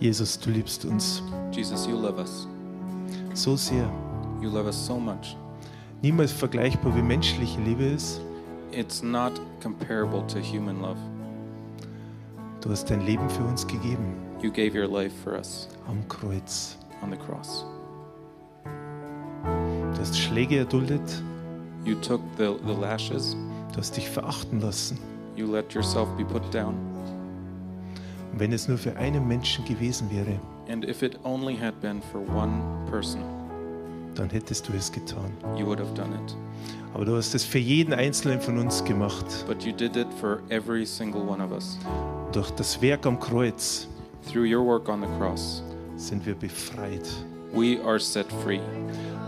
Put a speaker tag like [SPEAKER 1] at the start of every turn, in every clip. [SPEAKER 1] Jesus, du liebst uns
[SPEAKER 2] Jesus, you love us.
[SPEAKER 1] so sehr.
[SPEAKER 2] You love us so much.
[SPEAKER 1] Niemals vergleichbar wie menschliche Liebe ist.
[SPEAKER 2] It's not comparable to human love.
[SPEAKER 1] Du hast dein Leben für uns gegeben
[SPEAKER 2] You gave your life for us
[SPEAKER 1] am Kreuz.
[SPEAKER 2] on the cross.
[SPEAKER 1] Du hast Schläge erduldet.
[SPEAKER 2] You took the, the lashes.
[SPEAKER 1] Du hast dich verachten lassen.
[SPEAKER 2] You let yourself be put down.
[SPEAKER 1] Und wenn es nur für einen Menschen gewesen wäre,
[SPEAKER 2] And if it only had been for one person,
[SPEAKER 1] dann hättest du es getan.
[SPEAKER 2] you would have done it.
[SPEAKER 1] Aber du hast es für jeden Einzelnen von uns gemacht.
[SPEAKER 2] But you did it for every single one of us.
[SPEAKER 1] Durch das Werk am Kreuz
[SPEAKER 2] Through your work on the cross,
[SPEAKER 1] sind wir befreit.
[SPEAKER 2] we are set free.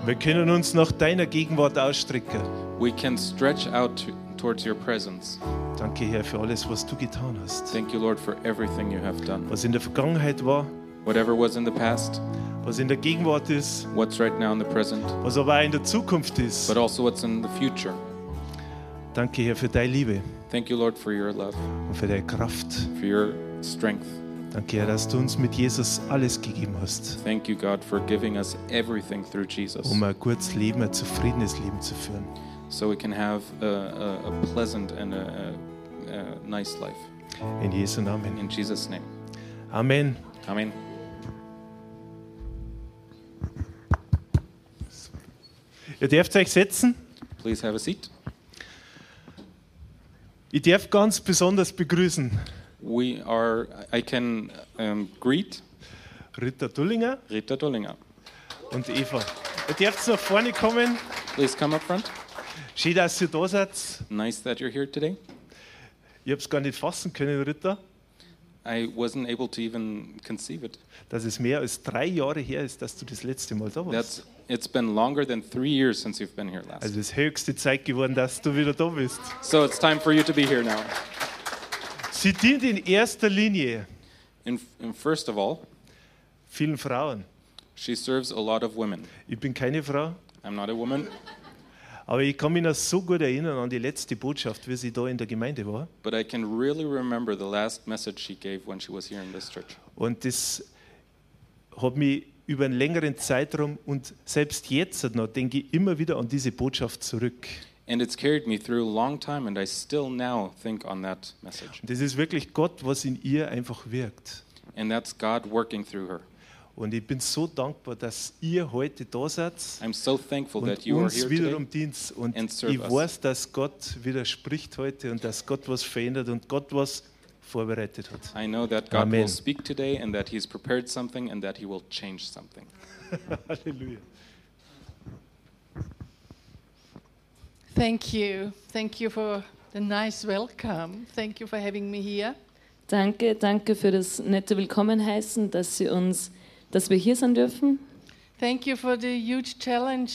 [SPEAKER 1] Wir können uns nach deiner Gegenwart ausstrecken.
[SPEAKER 2] We can stretch out to, towards your presence.
[SPEAKER 1] Danke, Herr, für alles, was du getan hast.
[SPEAKER 2] Thank you, Lord, for everything you have done.
[SPEAKER 1] Was in der Vergangenheit war,
[SPEAKER 2] Whatever was in the past,
[SPEAKER 1] was in der Gegenwart ist,
[SPEAKER 2] what's right now in the present,
[SPEAKER 1] was aber auch in der Zukunft ist.
[SPEAKER 2] but also what's in the future.
[SPEAKER 1] Danke, Herr, für deine Liebe
[SPEAKER 2] Thank you, Lord, for your love.
[SPEAKER 1] und für deine Kraft.
[SPEAKER 2] for your strength.
[SPEAKER 1] Danke, Herr, dass du uns mit Jesus alles gegeben hast,
[SPEAKER 2] Thank you, God, for giving us everything through Jesus
[SPEAKER 1] um ein gutes Leben, ein zufriedenes Leben zu führen.
[SPEAKER 2] so we can have a, a, a pleasant and a, a, a nice life.
[SPEAKER 1] In Jesu Namen.
[SPEAKER 2] In Jesus' name.
[SPEAKER 1] Amen.
[SPEAKER 2] Amen.
[SPEAKER 1] Ihr dürft euch setzen.
[SPEAKER 2] Please have a seat.
[SPEAKER 1] Ich darf ganz besonders begrüßen
[SPEAKER 2] We are, I can um, greet
[SPEAKER 1] Ritter Dullinger
[SPEAKER 2] Rita Dollinger.
[SPEAKER 1] und Eva. Ihr dürft nach vorne kommen.
[SPEAKER 2] Please come up front.
[SPEAKER 1] Schön, dass ihr da seid.
[SPEAKER 2] Nice that you're here today.
[SPEAKER 1] Ich habe es gar nicht fassen können, Ritter,
[SPEAKER 2] I wasn't able to even conceive it.
[SPEAKER 1] dass es mehr als drei Jahre her ist, dass du das letzte Mal da warst.
[SPEAKER 2] That's, it's been longer than three years since you've been here last.
[SPEAKER 1] also es ist höchste Zeit geworden, dass du wieder da bist.
[SPEAKER 2] So it's time for you to be here now.
[SPEAKER 1] Sie dient in erster Linie
[SPEAKER 2] In, in first of all,
[SPEAKER 1] vielen Frauen.
[SPEAKER 2] she serves a lot of women.
[SPEAKER 1] Ich bin keine Frau,
[SPEAKER 2] I'm not a woman,
[SPEAKER 1] aber ich kann mich noch so gut erinnern an die letzte Botschaft, wie sie da in der Gemeinde war.
[SPEAKER 2] But I can really remember the last message she gave when she was here in this church.
[SPEAKER 1] Und das hat mich über einen längeren Zeitraum und selbst jetzt noch denke ich immer wieder an diese Botschaft zurück.
[SPEAKER 2] And it's carried me through a long time, and I still now think on that message.
[SPEAKER 1] Und das ist wirklich Gott, was in ihr einfach wirkt.
[SPEAKER 2] And that's God working through her.
[SPEAKER 1] Und ich bin so dankbar, dass ihr heute da seid
[SPEAKER 2] I'm so thankful that
[SPEAKER 1] und
[SPEAKER 2] you are
[SPEAKER 1] uns
[SPEAKER 2] here
[SPEAKER 1] wiederum
[SPEAKER 2] today.
[SPEAKER 1] dient. Und
[SPEAKER 2] and serve
[SPEAKER 1] ich
[SPEAKER 2] us.
[SPEAKER 1] weiß, dass Gott wieder spricht heute und dass Gott was verändert und Gott was vorbereitet hat.
[SPEAKER 2] I know that God
[SPEAKER 1] Amen.
[SPEAKER 2] will speak today, and that He's prepared something, and that He will change something.
[SPEAKER 1] Halleluja.
[SPEAKER 3] Thank you. Thank you for the nice welcome. Thank you for having me here.
[SPEAKER 4] Danke, danke für das nette Willkommenheißen, dass Sie uns, dass wir hier sein dürfen.
[SPEAKER 3] Thank you for the huge challenge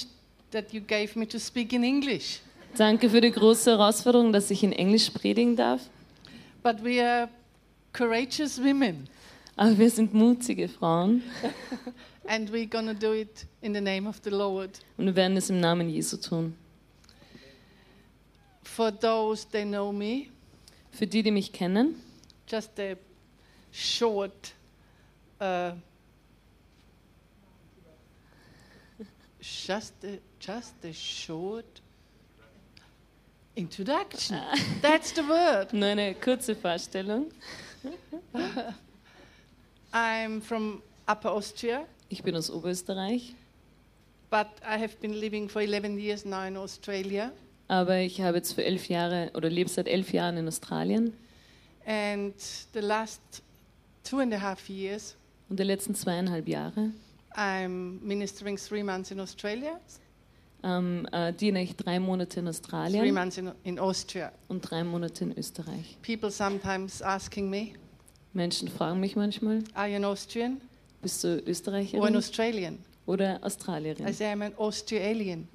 [SPEAKER 3] that you gave me to speak in English.
[SPEAKER 4] Danke für die große Herausforderung, dass ich in Englisch predigen darf.
[SPEAKER 3] But we are courageous women
[SPEAKER 4] Aber wir sind mutige Frauen
[SPEAKER 3] and we're going to do it in the name of the Lord.
[SPEAKER 4] und wir werden es im Namen Jesu tun.
[SPEAKER 3] For those they know me,
[SPEAKER 4] Für die, die mich kennen,
[SPEAKER 3] just a short uh, just a, just a short introduction. That's the word.
[SPEAKER 4] nur eine kurze Vorstellung.
[SPEAKER 3] I'm from Upper Austria,
[SPEAKER 4] Ich bin aus Oberösterreich,
[SPEAKER 3] but I have been living for 11 years now in Australia.
[SPEAKER 4] aber ich habe jetzt für elf Jahre oder lebe seit elf Jahren in Australien.
[SPEAKER 3] And the last two and a half years,
[SPEAKER 4] Und die letzten zweieinhalb Jahre
[SPEAKER 3] I'm ministering three months in Australia,
[SPEAKER 4] ähm, äh, diene ich drei Monate in
[SPEAKER 3] three
[SPEAKER 4] Australien
[SPEAKER 3] months in, in Austria.
[SPEAKER 4] und drei Monate in Österreich.
[SPEAKER 3] People sometimes asking me,
[SPEAKER 4] Menschen fragen mich manchmal,
[SPEAKER 3] Are you an Austrian
[SPEAKER 4] bist du
[SPEAKER 3] or an
[SPEAKER 4] Österreicherin
[SPEAKER 3] Australian?
[SPEAKER 4] oder
[SPEAKER 3] I
[SPEAKER 4] Australierin?
[SPEAKER 3] say I'm an Australian.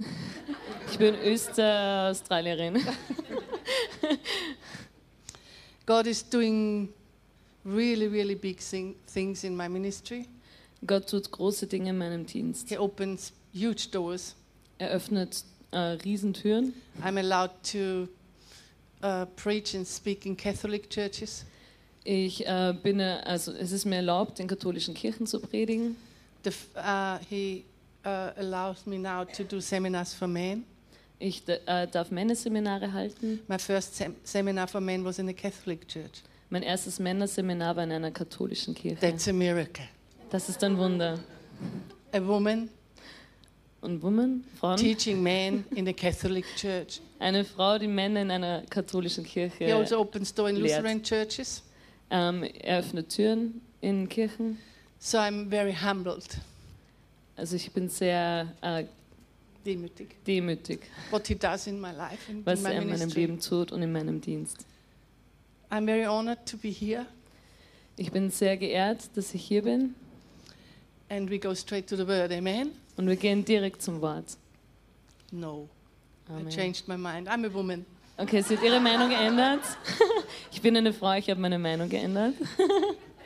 [SPEAKER 4] Ich bin Öster-Australierin.
[SPEAKER 3] God is doing really, really big thing, things in my ministry.
[SPEAKER 4] Gott tut große Dinge in meinem Dienst.
[SPEAKER 3] He opens huge doors.
[SPEAKER 4] Er öffnet äh, Riesentüren.
[SPEAKER 3] I'm allowed to uh, preach and speak in Catholic churches.
[SPEAKER 4] Ich äh, bin, äh, also es ist mir erlaubt, in katholischen Kirchen zu predigen.
[SPEAKER 3] The f- uh, he uh, allows me now to do seminars for men.
[SPEAKER 4] Ich d- äh, darf Männerseminare halten.
[SPEAKER 3] My first sem- seminar for men was in a Catholic church.
[SPEAKER 4] Mein erstes Männerseminar war in einer katholischen Kirche.
[SPEAKER 3] That's a miracle.
[SPEAKER 4] Das ist ein Wunder.
[SPEAKER 3] A woman
[SPEAKER 4] Und Women, Frauen,
[SPEAKER 3] teaching men in a Catholic church.
[SPEAKER 4] eine Frau, die Männer in einer katholischen
[SPEAKER 3] He
[SPEAKER 4] Kirche
[SPEAKER 3] also opens door in
[SPEAKER 4] Lehrt.
[SPEAKER 3] Lutheran churches.
[SPEAKER 4] ähm, eröffnet Türen in Kirchen.
[SPEAKER 3] So I'm very humbled,
[SPEAKER 4] Also ich bin sehr äh,
[SPEAKER 3] demütig.
[SPEAKER 4] demütig,
[SPEAKER 3] What he does in my life and in
[SPEAKER 4] was
[SPEAKER 3] my
[SPEAKER 4] er in meinem
[SPEAKER 3] ministry.
[SPEAKER 4] Leben tut und in meinem Dienst.
[SPEAKER 3] I'm very honored to be here,
[SPEAKER 4] Ich bin sehr geehrt, dass ich hier bin.
[SPEAKER 3] and we go straight to the word. Amen.
[SPEAKER 4] Und wir gehen direkt zum Wort.
[SPEAKER 3] No, I
[SPEAKER 4] Amen.
[SPEAKER 3] changed my mind. I'm a woman.
[SPEAKER 4] Okay, sie hat ihre Meinung geändert. Ich bin eine Frau, ich habe meine Meinung geändert.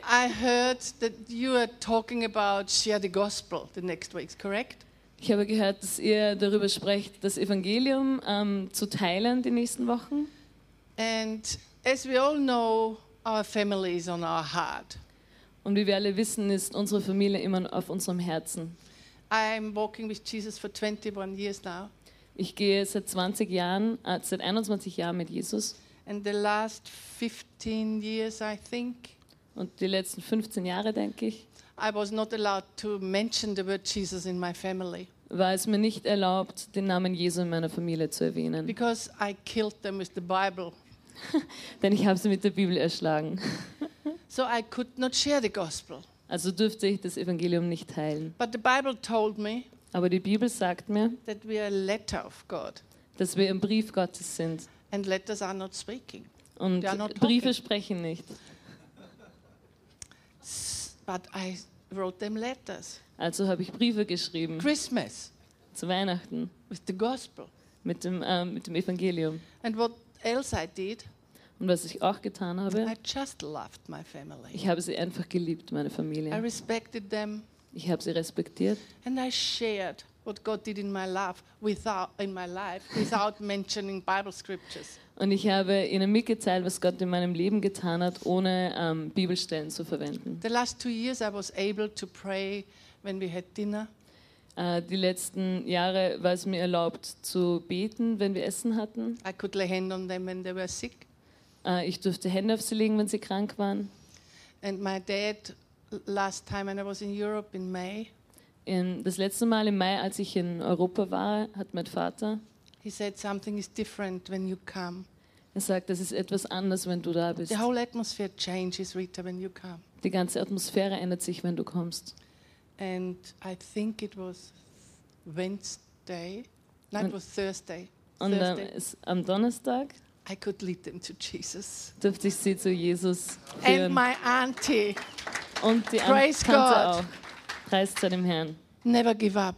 [SPEAKER 3] I heard that you are talking about share the gospel the next week, correct?
[SPEAKER 4] Ich habe gehört, dass ihr darüber sprecht, das Evangelium ähm, zu teilen die nächsten Wochen.
[SPEAKER 3] And as we all know, our family is on our heart.
[SPEAKER 4] Und wie wir alle wissen, ist unsere Familie immer auf unserem Herzen.
[SPEAKER 3] I'm walking with Jesus for 21 years now,
[SPEAKER 4] Ich gehe seit 20 Jahren, äh, seit 21 Jahren mit Jesus.
[SPEAKER 3] and the last 15 years, I think,
[SPEAKER 4] Und die letzten 15 Jahre, denke ich,
[SPEAKER 3] I was not allowed to mention the word Jesus in my family
[SPEAKER 4] war es mir nicht erlaubt, den Namen Jesu in meiner Familie zu erwähnen.
[SPEAKER 3] because I killed them with the Bible.
[SPEAKER 4] Denn ich habe sie mit der Bibel erschlagen.
[SPEAKER 3] So I could not share the gospel.
[SPEAKER 4] Also dürfte ich das Evangelium nicht teilen.
[SPEAKER 3] But the Bible told me
[SPEAKER 4] Aber die Bibel sagt mir,
[SPEAKER 3] that we are a letter of God,
[SPEAKER 4] dass wir im Brief Gottes sind.
[SPEAKER 3] and letters are not speaking.
[SPEAKER 4] Und
[SPEAKER 3] They are not
[SPEAKER 4] Briefe
[SPEAKER 3] talking.
[SPEAKER 4] sprechen nicht.
[SPEAKER 3] S- But I wrote them letters.
[SPEAKER 4] Also habe ich Briefe geschrieben
[SPEAKER 3] Christmas
[SPEAKER 4] zu Weihnachten
[SPEAKER 3] with the gospel.
[SPEAKER 4] mit dem, ähm, mit dem Evangelium.
[SPEAKER 3] And what else I did,
[SPEAKER 4] Und was ich auch getan habe,
[SPEAKER 3] I just loved my family.
[SPEAKER 4] ich habe sie einfach geliebt, meine
[SPEAKER 3] I
[SPEAKER 4] Familie.
[SPEAKER 3] respected them
[SPEAKER 4] Ich habe sie respektiert
[SPEAKER 3] and I shared what God did in my life without in my life without mentioning Bible scriptures.
[SPEAKER 4] und ich habe ihnen mitgeteilt, was Gott in meinem Leben getan hat, ohne ähm, Bibelstellen zu verwenden.
[SPEAKER 3] The last two years I was able to pray when we had dinner.
[SPEAKER 4] Äh, die letzten Jahre war es mir erlaubt zu beten, wenn wir Essen hatten.
[SPEAKER 3] I could lay hand on them when they were sick.
[SPEAKER 4] Äh, ich durfte Hände auf sie legen, wenn sie krank waren.
[SPEAKER 3] And my dad, l- last time when I was in Europe in May,
[SPEAKER 4] In, Ähm, das letzte Mal im Mai, als ich in Europa war, hat mein Vater
[SPEAKER 3] he said something is different when you come.
[SPEAKER 4] gesagt, es ist etwas anders, wenn du da bist.
[SPEAKER 3] The whole atmosphere changes, Rita, when you come.
[SPEAKER 4] Die ganze Atmosphäre ändert sich, wenn du kommst.
[SPEAKER 3] And I think it was Wednesday. No, it
[SPEAKER 4] And-
[SPEAKER 3] was Thursday.
[SPEAKER 4] Und ähm,
[SPEAKER 3] Thursday.
[SPEAKER 4] es, am Donnerstag
[SPEAKER 3] I could lead them to Jesus.
[SPEAKER 4] durfte ich sie zu Jesus
[SPEAKER 3] And
[SPEAKER 4] führen.
[SPEAKER 3] my auntie,
[SPEAKER 4] Und die
[SPEAKER 3] Praise
[SPEAKER 4] Tante
[SPEAKER 3] God.
[SPEAKER 4] auch. Preis zu dem Herrn.
[SPEAKER 3] never give up.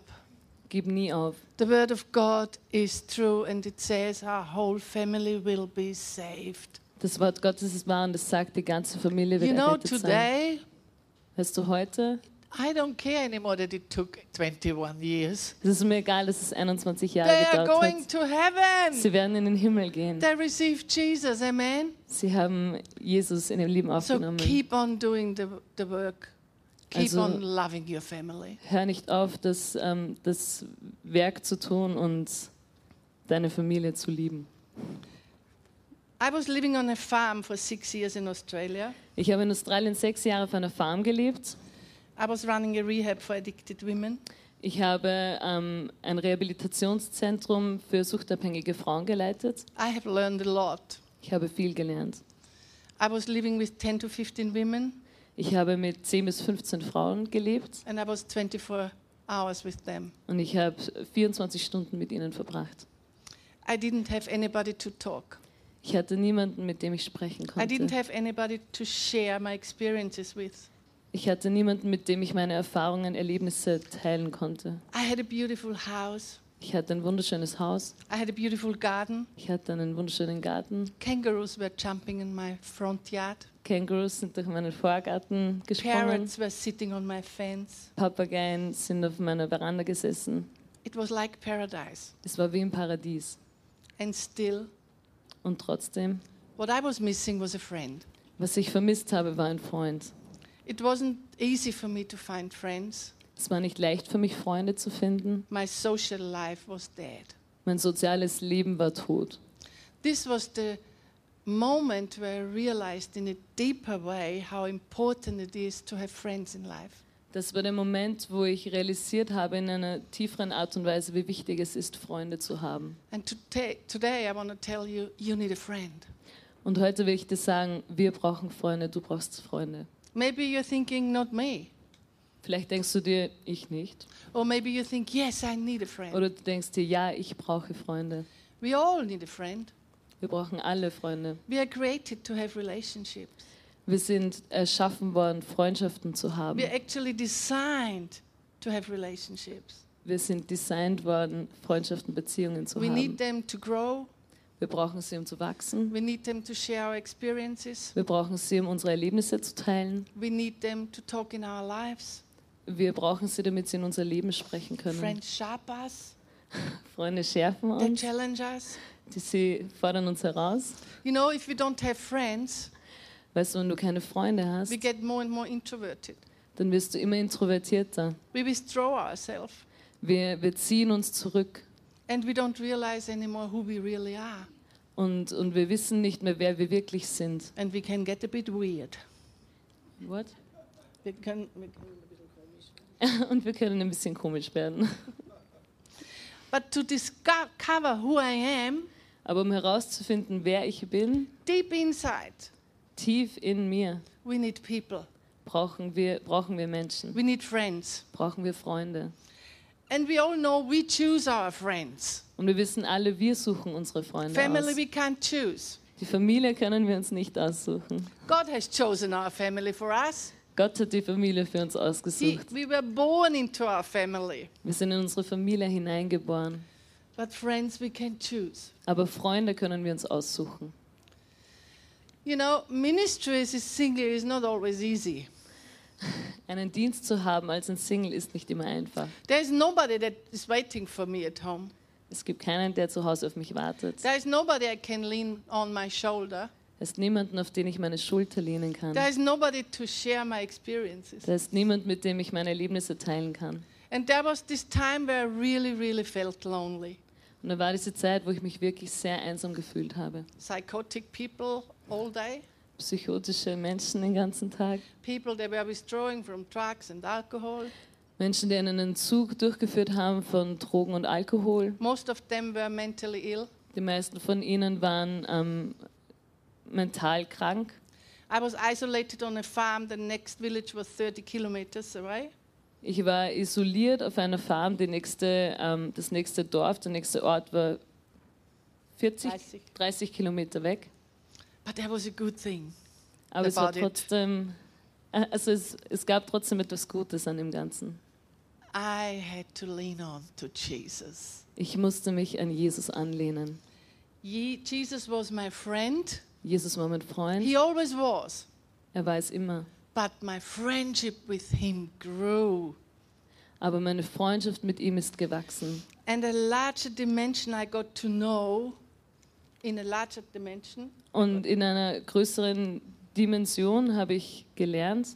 [SPEAKER 4] Gib nie auf.
[SPEAKER 3] The word of God is true, and it says our whole family will be saved.
[SPEAKER 4] Das Wort Gottes ist wahr und das sagt, die ganze Familie wird
[SPEAKER 3] You know,
[SPEAKER 4] errettet sein.
[SPEAKER 3] today,
[SPEAKER 4] Weißt du, heute
[SPEAKER 3] I don't care anymore that it took 21 years.
[SPEAKER 4] es ist mir egal, dass es 21 Jahre
[SPEAKER 3] They are
[SPEAKER 4] gedauert
[SPEAKER 3] going
[SPEAKER 4] hat.
[SPEAKER 3] to heaven.
[SPEAKER 4] Sie werden in den Himmel gehen.
[SPEAKER 3] They receive Jesus. Amen.
[SPEAKER 4] Sie haben Jesus in ihrem Leben
[SPEAKER 3] So
[SPEAKER 4] aufgenommen.
[SPEAKER 3] keep on doing the, the work. Keep
[SPEAKER 4] Also-
[SPEAKER 3] on loving your family.
[SPEAKER 4] Hör nicht auf, das, ähm, das Werk zu tun und deine Familie zu lieben.
[SPEAKER 3] I was living on a farm for six years in Australia.
[SPEAKER 4] Ich habe in Australien sechs Jahre auf einer Farm gelebt.
[SPEAKER 3] I was running a rehab for addicted women.
[SPEAKER 4] Ich habe ähm, ein Rehabilitationszentrum für suchtabhängige Frauen geleitet.
[SPEAKER 3] I have learned a lot.
[SPEAKER 4] Ich habe viel gelernt.
[SPEAKER 3] I was living with 10 to 15 women
[SPEAKER 4] Ich habe mit 10 bis 15 Frauen gelebt
[SPEAKER 3] and I was 24 hours with them.
[SPEAKER 4] und ich habe 24 Stunden mit ihnen verbracht.
[SPEAKER 3] I didn't have anybody to talk.
[SPEAKER 4] Ich hatte niemanden, mit dem ich sprechen
[SPEAKER 3] I didn't
[SPEAKER 4] konnte.
[SPEAKER 3] have anybody to share my experiences with.
[SPEAKER 4] Ich hatte niemanden, mit dem ich meine Erfahrungen, Erlebnisse teilen konnte.
[SPEAKER 3] I had a beautiful house.
[SPEAKER 4] Ich hatte ein wunderschönes Haus,
[SPEAKER 3] I had a beautiful garden.
[SPEAKER 4] ich hatte einen wunderschönen Garten.
[SPEAKER 3] Kangaroos were jumping in my front yard.
[SPEAKER 4] Kängurus sind durch meinen Vorgarten gesprungen.
[SPEAKER 3] Parrots were sitting on my fence.
[SPEAKER 4] Papageien sind auf meiner Veranda gesessen.
[SPEAKER 3] It was like paradise.
[SPEAKER 4] Es war wie im Paradies.
[SPEAKER 3] And still,
[SPEAKER 4] Und trotzdem,
[SPEAKER 3] what I was missing was a friend.
[SPEAKER 4] was ich vermisst habe, war ein Freund.
[SPEAKER 3] It wasn't easy for me to find friends.
[SPEAKER 4] Es war nicht leicht für mich, Freunde zu finden.
[SPEAKER 3] My social life was dead.
[SPEAKER 4] Mein soziales Leben war tot.
[SPEAKER 3] This was the moment where I realized in a deeper way how important it is to have friends in life.
[SPEAKER 4] Das war der Moment, wo ich realisiert habe in einer tieferen Art und Weise, wie wichtig es ist, Freunde zu haben.
[SPEAKER 3] And to ta- today I want to tell you, you need a friend.
[SPEAKER 4] Und heute will ich dir sagen, wir brauchen Freunde, du brauchst Freunde.
[SPEAKER 3] Maybe you're thinking, not me.
[SPEAKER 4] Vielleicht denkst du dir, ich nicht.
[SPEAKER 3] Or maybe you think, yes, I need a friend.
[SPEAKER 4] Oder du denkst dir, ja, ich brauche Freunde.
[SPEAKER 3] We all need a friend.
[SPEAKER 4] Wir brauchen alle Freunde.
[SPEAKER 3] We are created to have relationships.
[SPEAKER 4] Wir sind erschaffen worden, Freundschaften zu haben.
[SPEAKER 3] We are actually designed to have relationships.
[SPEAKER 4] Wir sind designt worden, Freundschaften, Beziehungen zu
[SPEAKER 3] We need
[SPEAKER 4] haben.
[SPEAKER 3] them to grow.
[SPEAKER 4] Wir brauchen sie, um zu wachsen.
[SPEAKER 3] We need them to share our experiences.
[SPEAKER 4] Wir brauchen sie, um unsere Erlebnisse zu teilen.
[SPEAKER 3] We need them to talk in our lives.
[SPEAKER 4] Wir brauchen sie, damit sie in unser Leben sprechen können.
[SPEAKER 3] Friends sharp us.
[SPEAKER 4] Freunde schärfen
[SPEAKER 3] They
[SPEAKER 4] uns,
[SPEAKER 3] challenge us.
[SPEAKER 4] die sie fordern uns heraus.
[SPEAKER 3] You know, if we don't have friends,
[SPEAKER 4] Weißt du, wenn du keine Freunde
[SPEAKER 3] we
[SPEAKER 4] hast,
[SPEAKER 3] get more and more introverted.
[SPEAKER 4] dann wirst du immer introvertierter.
[SPEAKER 3] We withdraw ourselves
[SPEAKER 4] Wir, wir ziehen uns zurück
[SPEAKER 3] and we don't realize anymore who we really are.
[SPEAKER 4] und, und wir wissen nicht mehr, wer wir wirklich sind.
[SPEAKER 3] And we can get a bit weird.
[SPEAKER 4] What?
[SPEAKER 3] We can, we can
[SPEAKER 4] Und wir können ein bisschen komisch werden.
[SPEAKER 3] But to discover who I am
[SPEAKER 4] Aber um herauszufinden, wer ich bin,
[SPEAKER 3] deep inside,
[SPEAKER 4] tief in mir
[SPEAKER 3] we need people.
[SPEAKER 4] brauchen wir, brauchen wir Menschen,
[SPEAKER 3] We need friends.
[SPEAKER 4] brauchen wir Freunde.
[SPEAKER 3] And we all know we choose our friends.
[SPEAKER 4] Und wir wissen alle, wir suchen unsere Freunde
[SPEAKER 3] Family
[SPEAKER 4] aus.
[SPEAKER 3] we can't choose.
[SPEAKER 4] Die Familie können wir uns nicht aussuchen.
[SPEAKER 3] God has chosen our family for us.
[SPEAKER 4] Gott hat die Familie für uns
[SPEAKER 3] He,
[SPEAKER 4] ausgesucht.
[SPEAKER 3] we were born into our family.
[SPEAKER 4] Wir sind in unsere Familie hineingeboren.
[SPEAKER 3] But friends we can choose.
[SPEAKER 4] Aber Freunde können wir uns aussuchen.
[SPEAKER 3] You know, ministry as a single is not always easy.
[SPEAKER 4] Einen Dienst zu haben als ein Single ist nicht immer einfach.
[SPEAKER 3] There's nobody that is waiting for me at home.
[SPEAKER 4] Es gibt keinen, der zu Hause auf mich wartet.
[SPEAKER 3] There's nobody I can lean on my shoulder.
[SPEAKER 4] Es ist niemanden, auf den ich meine Schulter lehnen kann. Da
[SPEAKER 3] There's nobody to share my experiences.
[SPEAKER 4] ist niemand, mit dem ich meine Erlebnisse teilen kann.
[SPEAKER 3] And there was this time where I really, really felt lonely.
[SPEAKER 4] Und da war diese Zeit, wo ich mich wirklich sehr einsam gefühlt habe.
[SPEAKER 3] Psychotic people all day,
[SPEAKER 4] Psychotische Menschen den ganzen Tag.
[SPEAKER 3] people that were withdrawing from drugs and alcohol.
[SPEAKER 4] Menschen, die einen Entzug durchgeführt haben von Drogen und Alkohol.
[SPEAKER 3] Most of them were mentally ill.
[SPEAKER 4] Die meisten von ihnen waren ähm, mental krank.
[SPEAKER 3] I was isolated on a farm. The next village was 30 kilometers away.
[SPEAKER 4] Ich war isoliert auf einer Farm. Die nächste, ähm, das nächste Dorf, der nächste Ort war 40,
[SPEAKER 3] 30.
[SPEAKER 4] 30 Kilometer weg.
[SPEAKER 3] But that was a good thing.
[SPEAKER 4] Aber es war
[SPEAKER 3] About it.
[SPEAKER 4] trotzdem, äh, also es, es gab trotzdem etwas Gutes an dem Ganzen.
[SPEAKER 3] I had to lean on to Jesus.
[SPEAKER 4] Ich musste mich an Jesus anlehnen.
[SPEAKER 3] Ye- Jesus was my friend.
[SPEAKER 4] Jesus war mein Freund.
[SPEAKER 3] He always was.
[SPEAKER 4] Er war es immer.
[SPEAKER 3] But my friendship with him grew.
[SPEAKER 4] Aber meine Freundschaft mit ihm ist gewachsen.
[SPEAKER 3] And a larger dimension I got to know, in a larger dimension,
[SPEAKER 4] Und in einer größeren Dimension habe ich gelernt,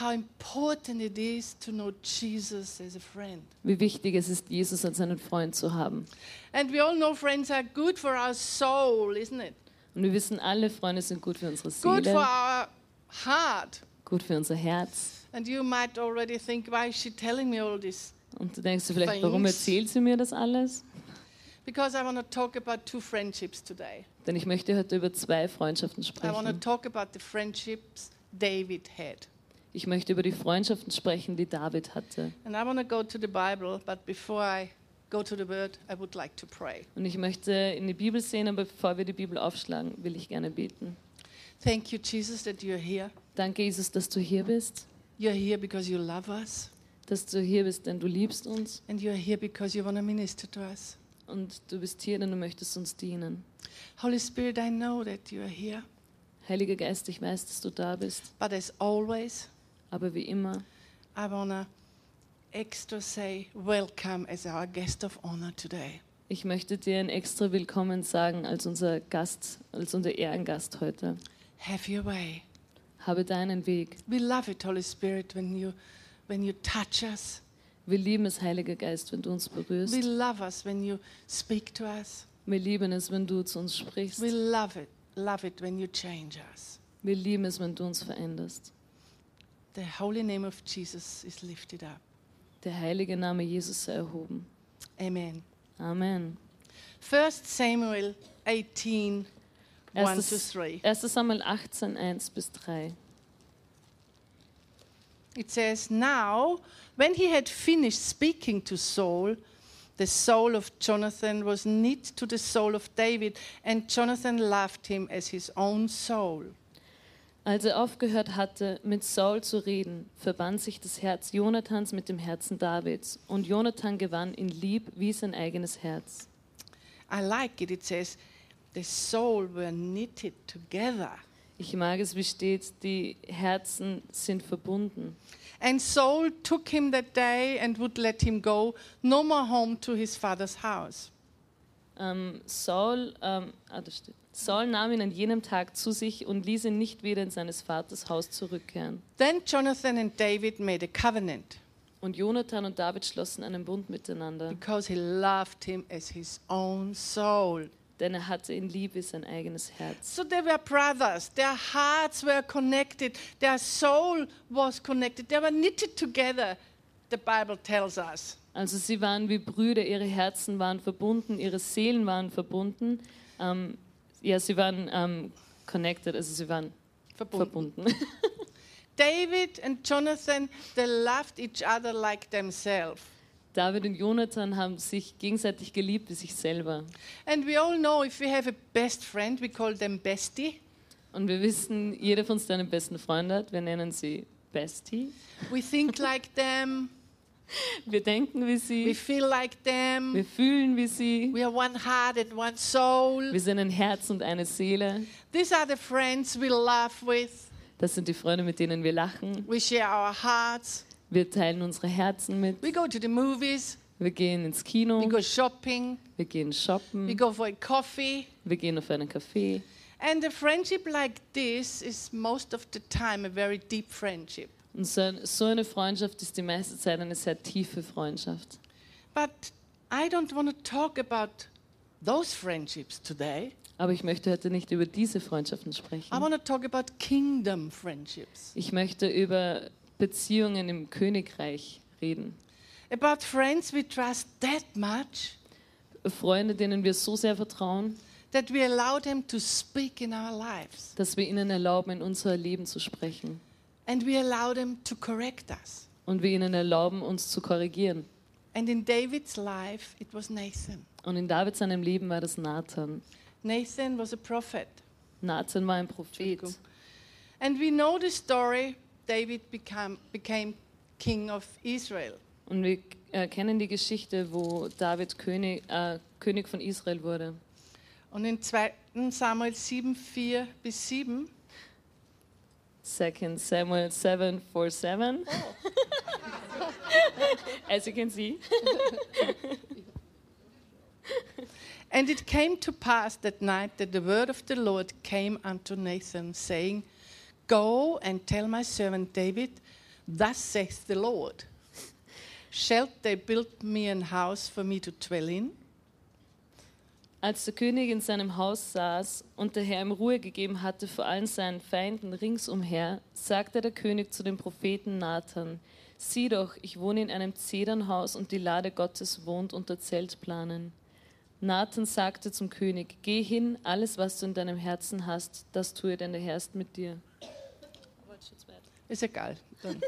[SPEAKER 3] how important it is to know Jesus as a friend.
[SPEAKER 4] wie wichtig es ist, Jesus als seinen Freund zu haben.
[SPEAKER 3] And we all know friends are good for our soul, isn't it?
[SPEAKER 4] Und wir wissen alle, Freunde sind gut für unsere
[SPEAKER 3] Good for
[SPEAKER 4] Seele,
[SPEAKER 3] our heart.
[SPEAKER 4] gut für unser Herz.
[SPEAKER 3] And you might already think, why is she telling me all this?
[SPEAKER 4] Und du denkst dir vielleicht, warum
[SPEAKER 3] Thanks.
[SPEAKER 4] erzählt sie mir das alles?
[SPEAKER 3] Because I want to talk about two friendships today.
[SPEAKER 4] Denn ich möchte heute über zwei Freundschaften
[SPEAKER 3] I want to
[SPEAKER 4] sprechen.
[SPEAKER 3] talk about the friendships David had.
[SPEAKER 4] Ich möchte über die Freundschaften sprechen, die David hatte.
[SPEAKER 3] And I want to go to the Bible, but before I go to the word, I would like to pray.
[SPEAKER 4] Und ich möchte in die Bibel sehen, aber bevor wir die Bibel aufschlagen, will ich gerne beten.
[SPEAKER 3] Thank you, Jesus, that you're here.
[SPEAKER 4] Danke, Jesus, dass du hier bist.
[SPEAKER 3] You're here because you love us,
[SPEAKER 4] Dass du hier bist, denn du liebst uns.
[SPEAKER 3] and you're here because you want to minister to us.
[SPEAKER 4] Und du bist hier, denn du möchtest uns dienen.
[SPEAKER 3] Holy Spirit, I know that you are here,
[SPEAKER 4] Heiliger Geist, ich weiß, dass du da bist.
[SPEAKER 3] but as always,
[SPEAKER 4] Aber wie immer
[SPEAKER 3] I want to extra say welcome as our guest of honor today.
[SPEAKER 4] Ich möchte dir ein extra Willkommen sagen als unser Gast, als unser Ehrengast heute.
[SPEAKER 3] Have your way.
[SPEAKER 4] Habe deinen Weg.
[SPEAKER 3] We love it, Holy Spirit, when you, when you touch us.
[SPEAKER 4] Wir lieben es, Heiliger Geist, wenn du uns
[SPEAKER 3] We
[SPEAKER 4] berührst.
[SPEAKER 3] love us when you speak to us.
[SPEAKER 4] Wir lieben es, wenn du zu uns sprichst.
[SPEAKER 3] We love it, love it when you change us.
[SPEAKER 4] Wir lieben es, wenn du uns veränderst.
[SPEAKER 3] The holy name of Jesus is lifted up.
[SPEAKER 4] Der heilige Name Jesus sei erhoben.
[SPEAKER 3] Amen.
[SPEAKER 4] Amen.
[SPEAKER 3] 1 Samuel 18, 1 to
[SPEAKER 4] Erstes-
[SPEAKER 3] 3.
[SPEAKER 4] 1. Samuel 18, 1 bis 3.
[SPEAKER 3] It says, Now, when he had finished speaking to Saul, the soul of Jonathan was knit to the soul of David, and Jonathan loved him as his own soul.
[SPEAKER 4] Als er aufgehört hatte, mit Saul zu reden, verband sich das Herz Jonathans mit dem Herzen Davids. Und Jonathan gewann ihn lieb wie sein eigenes Herz.
[SPEAKER 3] I like it. It says, The soul were knitted together.
[SPEAKER 4] Ich mag es, wie steht, die Herzen sind verbunden.
[SPEAKER 3] And Saul took him that day and would let him go no more home to his father's house.
[SPEAKER 4] Ähm, Saul, ähm, ah, das steht. Saul nahm ihn an jenem Tag zu sich und ließ ihn nicht wieder in seines Vaters Haus zurückkehren.
[SPEAKER 3] Then Jonathan and David made a covenant
[SPEAKER 4] Und Jonathan und David schlossen einen Bund miteinander,
[SPEAKER 3] because he loved him as his own soul.
[SPEAKER 4] denn er hatte ihn lieb wie sein eigenes Herz.
[SPEAKER 3] So they were brothers. Their hearts were connected. Their soul was connected. They were knitted together, the Bible tells us.
[SPEAKER 4] Also sie waren wie Brüder, ihre Herzen waren verbunden, ihre Seelen waren verbunden. Ähm, ja, sie waren ähm, connected, also sie waren verbunden.
[SPEAKER 3] David and Jonathan, they loved each other like themselves.
[SPEAKER 4] David und Jonathan haben sich gegenseitig geliebt wie sich selber.
[SPEAKER 3] And we all know if we have a best friend, we call them bestie.
[SPEAKER 4] Und wir wissen, jeder von uns, der einen besten Freund hat, wir nennen sie Bestie.
[SPEAKER 3] We think like them.
[SPEAKER 4] Wir denken wie
[SPEAKER 3] We
[SPEAKER 4] sie,
[SPEAKER 3] feel like
[SPEAKER 4] wir
[SPEAKER 3] them.
[SPEAKER 4] fühlen wie sie,
[SPEAKER 3] We are one heart and one soul.
[SPEAKER 4] wir sind ein Herz und eine Seele.
[SPEAKER 3] These are the friends we laugh with.
[SPEAKER 4] Das sind die Freunde, mit denen wir lachen.
[SPEAKER 3] We share our hearts.
[SPEAKER 4] Wir teilen unsere Herzen mit.
[SPEAKER 3] We go to the movies.
[SPEAKER 4] Wir gehen ins
[SPEAKER 3] We
[SPEAKER 4] Kino,
[SPEAKER 3] go shopping.
[SPEAKER 4] wir gehen
[SPEAKER 3] We
[SPEAKER 4] shoppen,
[SPEAKER 3] go for a coffee.
[SPEAKER 4] wir gehen auf einen Kaffee.
[SPEAKER 3] And a friendship like this is most of the time a very deep friendship.
[SPEAKER 4] Und so, ein- so eine Freundschaft ist die meiste Zeit eine sehr tiefe Freundschaft.
[SPEAKER 3] But I don't want to talk about those friendships today.
[SPEAKER 4] Aber ich möchte heute nicht über diese Freundschaften sprechen.
[SPEAKER 3] I want to talk about kingdom friendships,
[SPEAKER 4] Ich möchte über Beziehungen im Königreich reden.
[SPEAKER 3] about friends we trust that much
[SPEAKER 4] Freunde, denen wir so sehr vertrauen,
[SPEAKER 3] that we allow them to speak in our lives
[SPEAKER 4] dass wir ihnen erlauben, in unser Leben zu sprechen.
[SPEAKER 3] and we allow them to correct us.
[SPEAKER 4] Und wir ihnen erlauben, uns zu korrigieren.
[SPEAKER 3] And in David's life, it was Nathan.
[SPEAKER 4] Und in David seinem Leben war das Nathan.
[SPEAKER 3] Nathan was a prophet.
[SPEAKER 4] Nathan war ein Prophet.
[SPEAKER 3] Entschuldigung. And we know the story David become, became king of Israel.
[SPEAKER 4] Und wir äh, kennen die Geschichte, wo David König, äh, König von Israel wurde.
[SPEAKER 3] Und in 2. Samuel 7, 4 bis 7,
[SPEAKER 4] 2 Samuel 7, 4, 7. As you can see.
[SPEAKER 3] and it came to pass that night that the word of the Lord came unto Nathan, saying, Go and tell my servant David, Thus saith the Lord, Shalt they build me an house for me to dwell in?
[SPEAKER 4] Als der König in seinem Haus saß und der Herr ihm Ruhe gegeben hatte vor allen seinen Feinden ringsumher, sagte der König zu dem Propheten Nathan: Sieh doch, ich wohne in einem Zedernhaus und die Lade Gottes wohnt unter Zeltplanen. Nathan sagte zum König: Geh hin, alles, was du in deinem Herzen hast, das tue, denn der Herr ist mit dir.
[SPEAKER 3] Ist egal. Dann.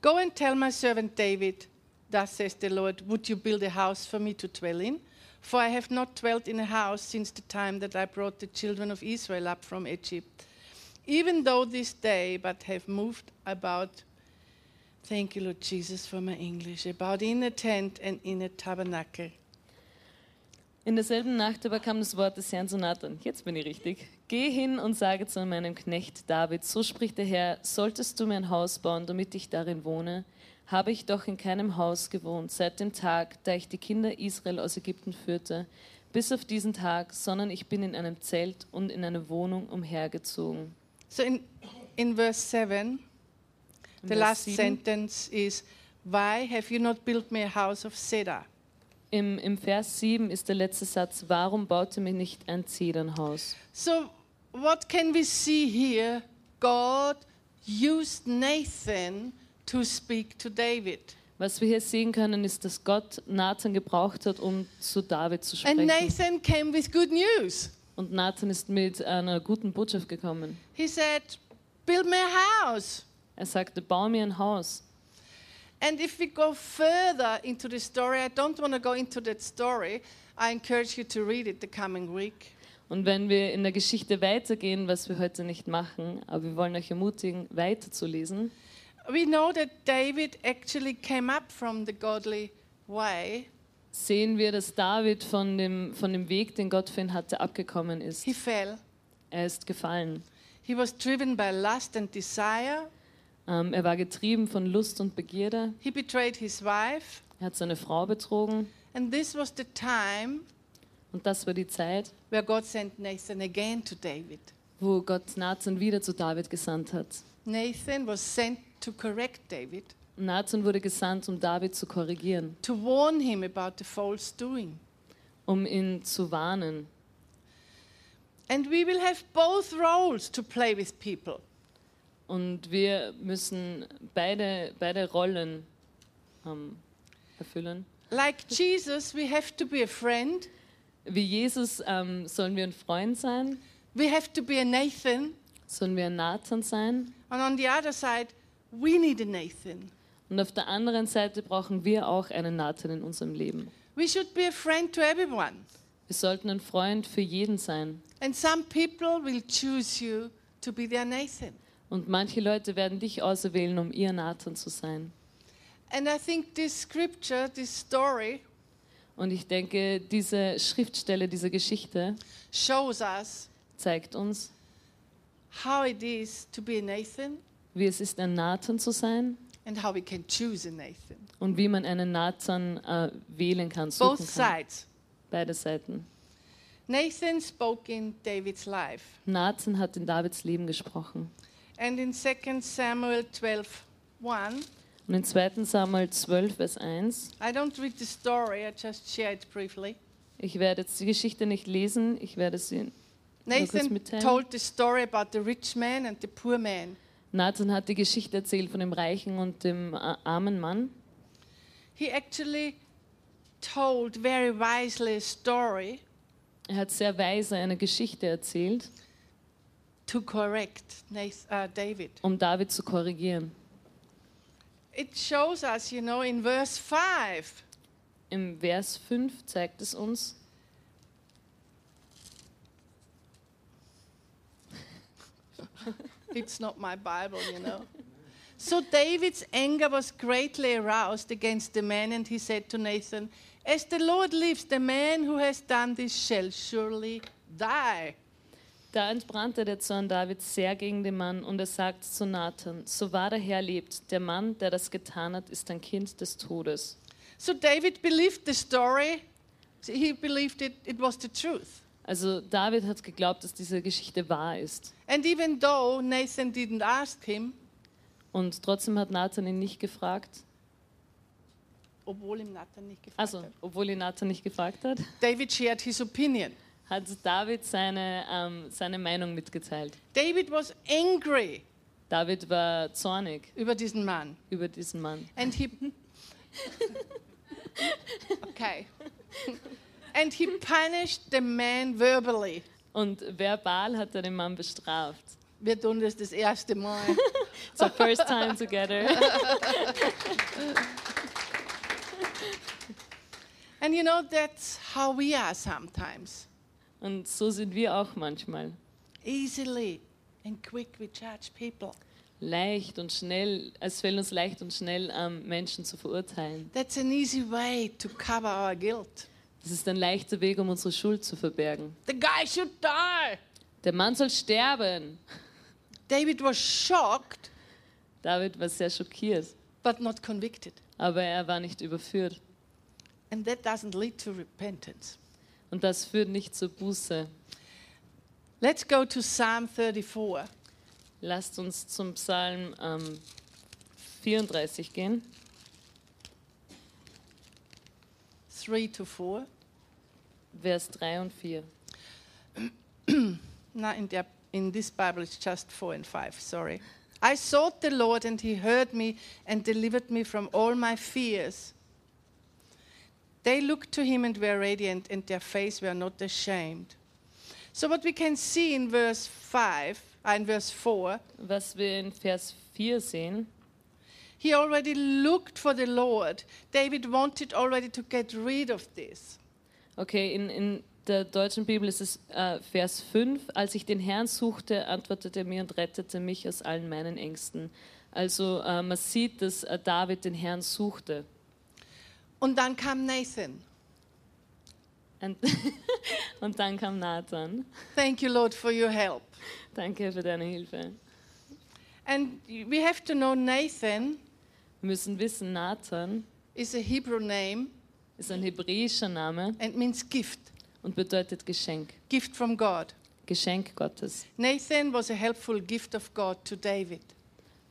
[SPEAKER 3] Go and tell my servant David, Thus says the Lord, Would you build a house for me to dwell in? For I have not dwelt in a house since the time that I brought the children of Israel up from Egypt. Even though this day, but have moved about, thank you, Lord Jesus, for my English, about in a tent and in a tabernacle.
[SPEAKER 4] In derselben Nacht aber kam das Wort des Herrn zu Nathan. Jetzt bin ich richtig. Geh hin und sage zu meinem Knecht David, so spricht der Herr, solltest du mir ein Haus bauen, damit ich darin wohne, habe ich doch in keinem Haus gewohnt, seit dem Tag, da ich die Kinder Israel aus Ägypten führte, bis auf diesen Tag, sondern ich bin in einem Zelt und in einer Wohnung umhergezogen.
[SPEAKER 3] So in, in verse 7, the
[SPEAKER 4] Verse
[SPEAKER 3] last
[SPEAKER 4] 7.
[SPEAKER 3] sentence is, Why have you not built me a house of cedar?
[SPEAKER 4] Im, Im Vers 7 ist der letzte Satz, warum baute mir nicht ein Zedernhaus?
[SPEAKER 3] So, what can we see here? God used Nathan to speak to David.
[SPEAKER 4] Was wir hier sehen können, ist, dass Gott Nathan gebraucht hat, um zu David zu
[SPEAKER 3] And
[SPEAKER 4] sprechen.
[SPEAKER 3] Nathan came with good news.
[SPEAKER 4] Und Nathan ist mit einer guten Botschaft gekommen.
[SPEAKER 3] He said, Build me a house.
[SPEAKER 4] Er sagte, bau mir ein Haus.
[SPEAKER 3] And if we go further into the story, I don't want to go into that story. I encourage you to read it the coming week.
[SPEAKER 4] Und wenn wir in der Geschichte weitergehen, was wir heute nicht machen, aber wir wollen euch ermutigen, weiterzulesen,
[SPEAKER 3] We know that David actually came up from the godly way.
[SPEAKER 4] sehen wir, dass David von dem, von dem Weg, den Gott für ihn hatte, abgekommen ist.
[SPEAKER 3] He fell.
[SPEAKER 4] Er ist gefallen.
[SPEAKER 3] He was driven by lust and desire.
[SPEAKER 4] Ähm, er war getrieben von Lust und Begierde.
[SPEAKER 3] He betrayed his wife.
[SPEAKER 4] Er hat seine Frau betrogen.
[SPEAKER 3] And this was the time
[SPEAKER 4] Und das war die Zeit,
[SPEAKER 3] where God sent Nathan again to David.
[SPEAKER 4] wo Gott Nathan wieder zu David gesandt hat.
[SPEAKER 3] Nathan was sent to correct David,
[SPEAKER 4] Nathan wurde gesandt, um David zu korrigieren,
[SPEAKER 3] to warn him about the false doing.
[SPEAKER 4] um ihn zu warnen.
[SPEAKER 3] And we will have both roles to play with people.
[SPEAKER 4] Und wir müssen beide, beide Rollen ähm, erfüllen.
[SPEAKER 3] Like Jesus, we have to be a friend,
[SPEAKER 4] Wie Jesus ähm, sollen wir ein Freund sein,
[SPEAKER 3] we have to be a Nathan,
[SPEAKER 4] sollen wir ein Nathan sein.
[SPEAKER 3] and on the other side, we need a Nathan.
[SPEAKER 4] Und auf der anderen Seite brauchen wir auch einen Nathan in unserem Leben.
[SPEAKER 3] We should be a friend to everyone.
[SPEAKER 4] Wir sollten ein Freund für jeden sein.
[SPEAKER 3] And some people will choose you to be their Nathan.
[SPEAKER 4] Und manche Leute werden dich auserwählen, um ihr Nathan zu sein.
[SPEAKER 3] And I think this scripture, this story,
[SPEAKER 4] Und ich denke, diese Schriftstelle, diese Geschichte
[SPEAKER 3] shows us
[SPEAKER 4] zeigt uns,
[SPEAKER 3] how it is to be a Nathan
[SPEAKER 4] wie es ist, ein Nathan zu sein
[SPEAKER 3] and how we can choose a Nathan.
[SPEAKER 4] und wie man einen Nathan äh, wählen kann, suchen
[SPEAKER 3] Both
[SPEAKER 4] kann.
[SPEAKER 3] sides.
[SPEAKER 4] Beide Seiten.
[SPEAKER 3] Nathan spoke in David's life.
[SPEAKER 4] Nathan hat in Davids Leben gesprochen.
[SPEAKER 3] And in 2 Samuel 12 1,
[SPEAKER 4] Und in 2. Samuel 12, Vers 1,
[SPEAKER 3] I don't read the story, I just share it briefly.
[SPEAKER 4] ich werde jetzt die Geschichte nicht lesen, ich werde sie. Nur kurz
[SPEAKER 3] Nathan
[SPEAKER 4] mitteilen.
[SPEAKER 3] told the story about the rich man and the poor man.
[SPEAKER 4] Nathan hat die Geschichte erzählt von dem reichen und dem äh, armen Mann.
[SPEAKER 3] He actually told very wisely a story
[SPEAKER 4] Er hat sehr weise eine Geschichte erzählt,
[SPEAKER 3] to correct Nath- uh, David.
[SPEAKER 4] um David zu korrigieren.
[SPEAKER 3] It shows us, you know, in verse 5,
[SPEAKER 4] Im Vers 5 zeigt es uns,
[SPEAKER 3] It's not my Bible, you know. So David's anger was greatly aroused against the man, and he said to Nathan, As the Lord lives, the man who has done this shall surely die.
[SPEAKER 4] Da entbrannte der Zorn Davids sehr gegen den Mann und er sagte zu Nathan, so wahr der Herr lebt, der Mann, der das getan hat, ist ein Kind des Todes.
[SPEAKER 3] So David believed the story. He believed it, it was the truth.
[SPEAKER 4] Also David hat geglaubt, dass diese Geschichte wahr ist.
[SPEAKER 3] And even though Nathan didn't ask him,
[SPEAKER 4] Und trotzdem hat Nathan ihn nicht gefragt.
[SPEAKER 3] obwohl ihm Nathan nicht gefragt
[SPEAKER 4] Also,
[SPEAKER 3] hat,
[SPEAKER 4] obwohl ihn Nathan nicht gefragt hat,
[SPEAKER 3] David shared his opinion.
[SPEAKER 4] hat David seine, ähm, seine Meinung mitgeteilt.
[SPEAKER 3] David was angry
[SPEAKER 4] David war zornig
[SPEAKER 3] über diesen Mann.
[SPEAKER 4] über diesen Mann.
[SPEAKER 3] And he. okay. and he punished the man verbally.
[SPEAKER 4] Und verbal hat er den Mann bestraft.
[SPEAKER 3] Wir tun das das erste Mal.
[SPEAKER 4] It's our first time together.
[SPEAKER 3] And you know, that's how we are sometimes.
[SPEAKER 4] Und so sind wir auch manchmal.
[SPEAKER 3] Easily and quick, we judge people.
[SPEAKER 4] Leicht und schnell, es fällt uns leicht und schnell, ähm, Menschen zu verurteilen.
[SPEAKER 3] That's an easy way to cover our guilt.
[SPEAKER 4] Das ist ein leichter Weg, um unsere Schuld zu verbergen.
[SPEAKER 3] The guy should die.
[SPEAKER 4] Der Mann soll sterben.
[SPEAKER 3] David was shocked,
[SPEAKER 4] David war sehr schockiert,
[SPEAKER 3] but not convicted.
[SPEAKER 4] aber er war nicht überführt.
[SPEAKER 3] And that doesn't lead to repentance.
[SPEAKER 4] Und das führt nicht zur Buße.
[SPEAKER 3] Let's go to Psalm 34.
[SPEAKER 4] Lasst uns zum Psalm ähm, 34 gehen.
[SPEAKER 3] 3 to 4.
[SPEAKER 4] Vers 3 und 4.
[SPEAKER 3] Not in, their, in this Bible, it's just 4 and 5, sorry. I sought the Lord, and he heard me and delivered me from all my fears. They looked to him and were radiant, and their face were not ashamed. So, what we can see in verse 5, uh, in verse 4,
[SPEAKER 4] Was wir in Vers 4 sehen,
[SPEAKER 3] he already looked for the Lord. David wanted already to get rid of this.
[SPEAKER 4] okay, in, in der deutschen Bibel ist es äh, Vers 5. Als ich den Herrn suchte, antwortete er mir und rettete mich aus allen meinen Ängsten. Also äh, man sieht, dass äh, David den Herrn suchte.
[SPEAKER 3] Und dann kam Nathan.
[SPEAKER 4] Und, und dann kam Nathan.
[SPEAKER 3] Thank you, Lord, for your help.
[SPEAKER 4] Danke für deine Hilfe.
[SPEAKER 3] And we have to know Nathan
[SPEAKER 4] Wir müssen wissen, Nathan
[SPEAKER 3] is a Hebrew name
[SPEAKER 4] ist ein hebräischer Name
[SPEAKER 3] and means gift,
[SPEAKER 4] und bedeutet Geschenk,
[SPEAKER 3] gift from God.
[SPEAKER 4] Geschenk Gottes.
[SPEAKER 3] Nathan was a helpful gift of God to David.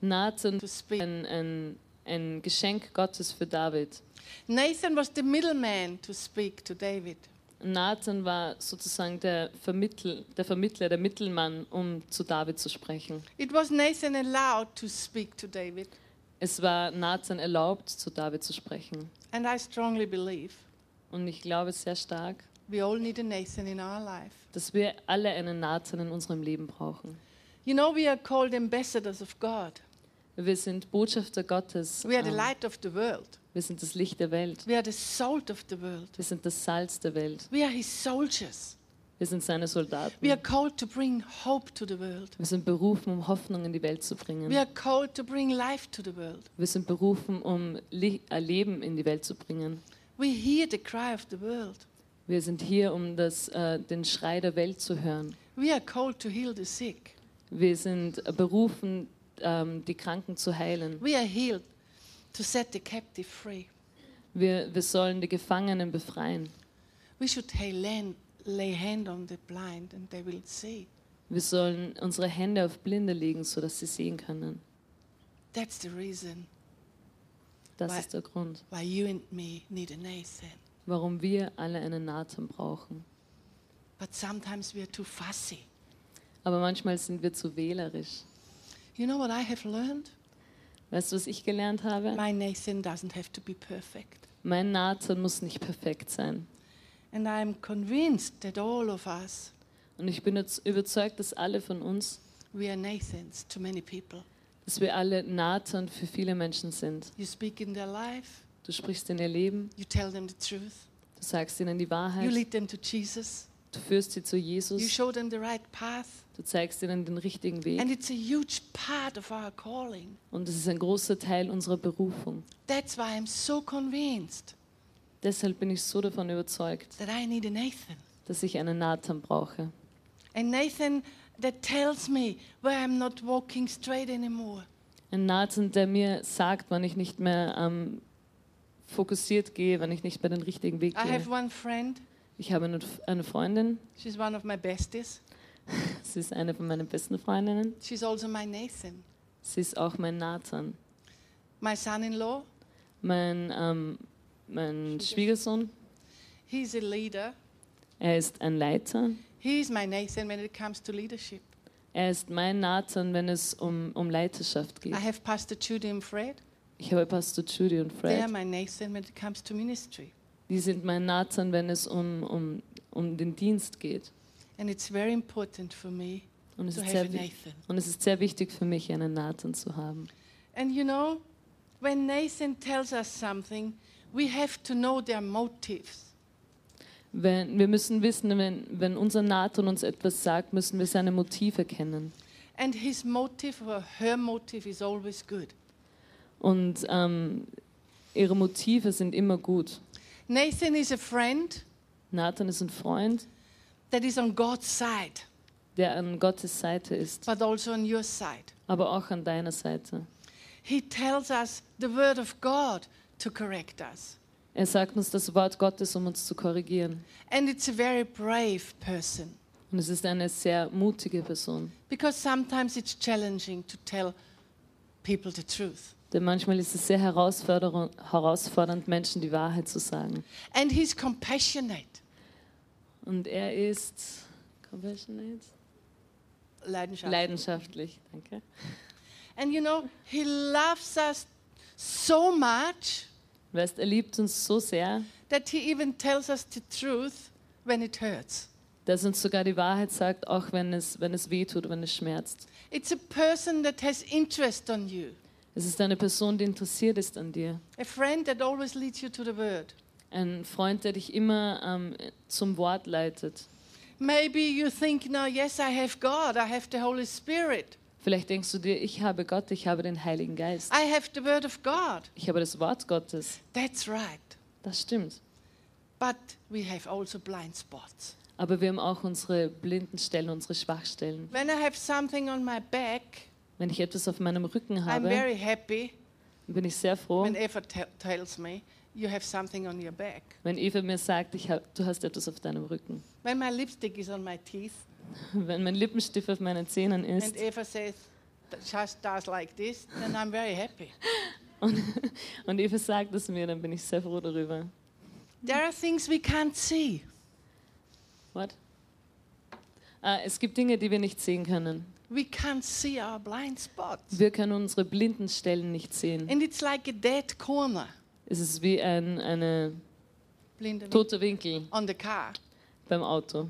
[SPEAKER 4] Nathan
[SPEAKER 3] To speak.
[SPEAKER 4] ein, ein, ein Geschenk Gottes für David.
[SPEAKER 3] Nathan was the middleman to speak to David.
[SPEAKER 4] Nathan war sozusagen der, Vermittel, der Vermittler, der Mittelmann, um zu David zu sprechen.
[SPEAKER 3] It was Nathan allowed to speak to David,
[SPEAKER 4] Es war Nathan erlaubt, zu David zu sprechen.
[SPEAKER 3] and I strongly believe
[SPEAKER 4] Und ich glaube sehr stark,
[SPEAKER 3] we all need a Nathan in our life.
[SPEAKER 4] dass wir alle einen Nathan in unserem Leben brauchen.
[SPEAKER 3] You know, we are called ambassadors of God.
[SPEAKER 4] Wir sind Botschafter Gottes.
[SPEAKER 3] We are the
[SPEAKER 4] Ähm,
[SPEAKER 3] light of the world.
[SPEAKER 4] Wir sind das Licht der Welt.
[SPEAKER 3] We are the salt of the world.
[SPEAKER 4] Wir sind das Salz der Welt.
[SPEAKER 3] We are his soldiers.
[SPEAKER 4] Wir sind seine Soldaten.
[SPEAKER 3] We are called to bring hope to the world.
[SPEAKER 4] Wir sind berufen, um Hoffnung in die Welt zu bringen.
[SPEAKER 3] We are called to bring life to the world.
[SPEAKER 4] Wir sind berufen, um Li äh, Leben in die Welt zu bringen.
[SPEAKER 3] We hear the cry of the world.
[SPEAKER 4] Wir sind hier, um das, äh, den Schrei der Welt zu hören.
[SPEAKER 3] We are called to heal the sick.
[SPEAKER 4] Wir sind äh, berufen, ähm, die Kranken zu heilen.
[SPEAKER 3] We are healed to set the captive free.
[SPEAKER 4] Wir, wir sollen die Gefangenen befreien.
[SPEAKER 3] We should lay land, lay hand on the blind and they will see.
[SPEAKER 4] Wir sollen unsere Hände auf Blinde legen, sodass sie sehen können.
[SPEAKER 3] That's the reason
[SPEAKER 4] Das
[SPEAKER 3] Weil-
[SPEAKER 4] ist der Grund,
[SPEAKER 3] why you and me need a Nathan.
[SPEAKER 4] warum wir alle einen Nathan brauchen.
[SPEAKER 3] But sometimes we are too fussy.
[SPEAKER 4] Aber manchmal sind wir zu wählerisch.
[SPEAKER 3] You know what I have learned?
[SPEAKER 4] Weißt du, was ich gelernt habe?
[SPEAKER 3] My Nathan doesn't have to be perfect.
[SPEAKER 4] Mein Nathan muss nicht perfekt sein.
[SPEAKER 3] And I am convinced that all of us,
[SPEAKER 4] Und ich bin jetzt überzeugt, dass alle von uns,
[SPEAKER 3] we are Nathans to many people.
[SPEAKER 4] dass wir alle Nathan für viele Menschen sind.
[SPEAKER 3] You speak in their life,
[SPEAKER 4] Du sprichst in ihr Leben,
[SPEAKER 3] you tell them the truth,
[SPEAKER 4] du sagst ihnen die
[SPEAKER 3] you
[SPEAKER 4] Wahrheit,
[SPEAKER 3] lead them to Jesus,
[SPEAKER 4] du führst sie zu
[SPEAKER 3] you
[SPEAKER 4] Jesus,
[SPEAKER 3] show them the right path.
[SPEAKER 4] du zeigst ihnen den richtigen
[SPEAKER 3] And
[SPEAKER 4] Weg.
[SPEAKER 3] it's a huge part of our calling.
[SPEAKER 4] Und das ist ein großer Teil unserer Berufung.
[SPEAKER 3] That's why I'm so convinced
[SPEAKER 4] Deshalb bin ich so davon überzeugt,
[SPEAKER 3] that I need a Nathan.
[SPEAKER 4] dass ich einen Nathan brauche.
[SPEAKER 3] A Nathan that tells me where I'm not walking straight anymore.
[SPEAKER 4] Ein Nathan, der mir sagt, wann ich nicht mehr ähm, fokussiert gehe, wann ich nicht mehr den richtigen Weg
[SPEAKER 3] I have
[SPEAKER 4] gehe.
[SPEAKER 3] one friend,
[SPEAKER 4] Ich habe eine, eine Freundin,
[SPEAKER 3] she's one of my besties.
[SPEAKER 4] sie ist eine von meinen besten Freundinnen.
[SPEAKER 3] She's also my Nathan.
[SPEAKER 4] Sie ist auch mein Nathan.
[SPEAKER 3] My son in law,
[SPEAKER 4] Mein, ähm, mein Schwiegersohn,
[SPEAKER 3] he's a leader.
[SPEAKER 4] er ist ein Leiter.
[SPEAKER 3] He's my Nathan when it comes to leadership.
[SPEAKER 4] Er ist mein Nathan, wenn es um, um Leiterschaft geht.
[SPEAKER 3] I have Pastor Judy and Fred.
[SPEAKER 4] Ich habe Pastor Judy und
[SPEAKER 3] They are
[SPEAKER 4] Fred.
[SPEAKER 3] my Nathan when it comes to ministry.
[SPEAKER 4] Die sind mein Nathan, wenn es um, um, um den Dienst geht.
[SPEAKER 3] And it's very important for me
[SPEAKER 4] Und es,
[SPEAKER 3] to
[SPEAKER 4] ist
[SPEAKER 3] have a
[SPEAKER 4] sehr, wi-
[SPEAKER 3] Nathan.
[SPEAKER 4] und es ist sehr wichtig für mich, einen Nathan zu haben.
[SPEAKER 3] And you know, when Nathan tells us something, we have to know their motives.
[SPEAKER 4] Wenn, wir müssen wissen, wenn, wenn unser Nathan uns etwas sagt, müssen wir seine Motive kennen.
[SPEAKER 3] And his motive or her motive is always good.
[SPEAKER 4] Und ähm, ihre Motive sind immer gut.
[SPEAKER 3] Nathan is a friend
[SPEAKER 4] Nathan ist ein Freund,
[SPEAKER 3] that is on God's side,
[SPEAKER 4] der an Gottes Seite ist,
[SPEAKER 3] but also on your side.
[SPEAKER 4] aber auch an deiner Seite.
[SPEAKER 3] He tells us the word of God to correct us.
[SPEAKER 4] Er sagt uns das Wort Gottes, um uns zu korrigieren.
[SPEAKER 3] And it's a very brave person
[SPEAKER 4] Und es ist eine sehr mutige Person,
[SPEAKER 3] because sometimes it's challenging to tell people the truth.
[SPEAKER 4] denn manchmal ist es sehr herausforderung- herausfordernd, Menschen die Wahrheit zu sagen.
[SPEAKER 3] And he's compassionate.
[SPEAKER 4] Und er ist compassionate?
[SPEAKER 3] Leidenschaft.
[SPEAKER 4] leidenschaftlich. Danke.
[SPEAKER 3] And you know, he loves us so much
[SPEAKER 4] Weißt, er liebt uns so sehr,
[SPEAKER 3] that he even tells us the truth when it hurts.
[SPEAKER 4] dass er uns sogar die Wahrheit sagt, auch wenn es, wenn es weh tut, wenn es schmerzt.
[SPEAKER 3] It's a person that has interest on you,
[SPEAKER 4] Es ist eine Person, die interessiert ist an dir.
[SPEAKER 3] a friend that always leads you to the word.
[SPEAKER 4] Ein Freund, der dich immer ähm, zum Wort leitet.
[SPEAKER 3] Maybe you think now, yes, I have God, I have the Holy Spirit,
[SPEAKER 4] Vielleicht denkst du dir, ich habe Gott, ich habe den Heiligen Geist.
[SPEAKER 3] I have the word of God.
[SPEAKER 4] Ich habe das Wort Gottes.
[SPEAKER 3] That's right.
[SPEAKER 4] Das stimmt.
[SPEAKER 3] But we have also blind spots.
[SPEAKER 4] Aber wir haben auch unsere blinden Stellen, unsere Schwachstellen.
[SPEAKER 3] When I have something on my back,
[SPEAKER 4] Wenn ich etwas auf meinem Rücken
[SPEAKER 3] I'm
[SPEAKER 4] habe, Oh.
[SPEAKER 3] very happy
[SPEAKER 4] bin ich sehr froh,
[SPEAKER 3] when Eva te- tells me, you have something on your back.
[SPEAKER 4] wenn Eva mir sagt, ich hab, du hast etwas auf deinem Rücken.
[SPEAKER 3] When my lipstick is on my teeth,
[SPEAKER 4] Wenn mein Lippenstift auf meinen Zähnen ist
[SPEAKER 3] and Eva says, "Th- just does like this, then I'm very happy.
[SPEAKER 4] und Eva sagt es mir, dann bin ich sehr froh darüber.
[SPEAKER 3] There are things we can't see.
[SPEAKER 4] What? Ah, es gibt Dinge, die wir nicht sehen können.
[SPEAKER 3] We can't see our blind spots.
[SPEAKER 4] Wir können unsere blinden Stellen nicht sehen.
[SPEAKER 3] And it's like a dead corner
[SPEAKER 4] Es ist wie ein eine
[SPEAKER 3] blind and-
[SPEAKER 4] toter Winkel
[SPEAKER 3] on the car.
[SPEAKER 4] beim Auto.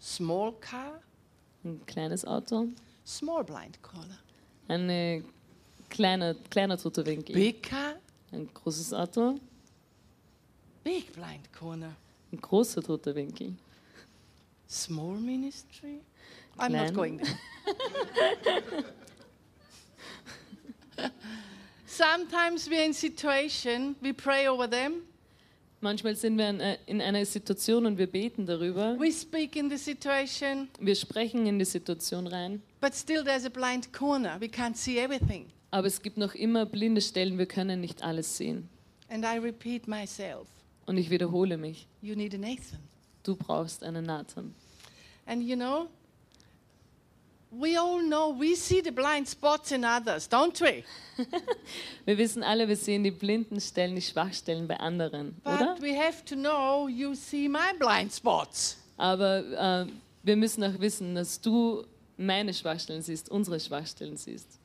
[SPEAKER 3] Small car,
[SPEAKER 4] Ein kleines Auto,
[SPEAKER 3] small blind corner.
[SPEAKER 4] eine kleine, kleiner toter Winkel.
[SPEAKER 3] Big car,
[SPEAKER 4] Ein großes Auto,
[SPEAKER 3] big blind corner.
[SPEAKER 4] ein großer toter Winkel.
[SPEAKER 3] Small ministry. I'm
[SPEAKER 4] Klein.
[SPEAKER 3] not going there. Sometimes we're in situation, we pray over them,
[SPEAKER 4] Manchmal sind wir in, äh, in einer Situation und wir beten darüber.
[SPEAKER 3] we speak in the situation,
[SPEAKER 4] Wir sprechen in die Situation rein,
[SPEAKER 3] But still, there's a blind corner. We can't see everything.
[SPEAKER 4] aber es gibt noch immer blinde Stellen. Wir können nicht alles sehen.
[SPEAKER 3] And I repeat myself
[SPEAKER 4] Und ich wiederhole mich.
[SPEAKER 3] you need a Nathan.
[SPEAKER 4] Du brauchst einen Nathan.
[SPEAKER 3] And you know, we all know we see the blind spots in others, don't we?
[SPEAKER 4] Wir wissen alle, wir sehen die blinden Stellen, die Schwachstellen bei anderen,
[SPEAKER 3] But
[SPEAKER 4] oder?
[SPEAKER 3] we have to know you see my blind spots.
[SPEAKER 4] Aber äh, wir müssen auch wissen, dass du meine Schwachstellen siehst, unsere Schwachstellen siehst.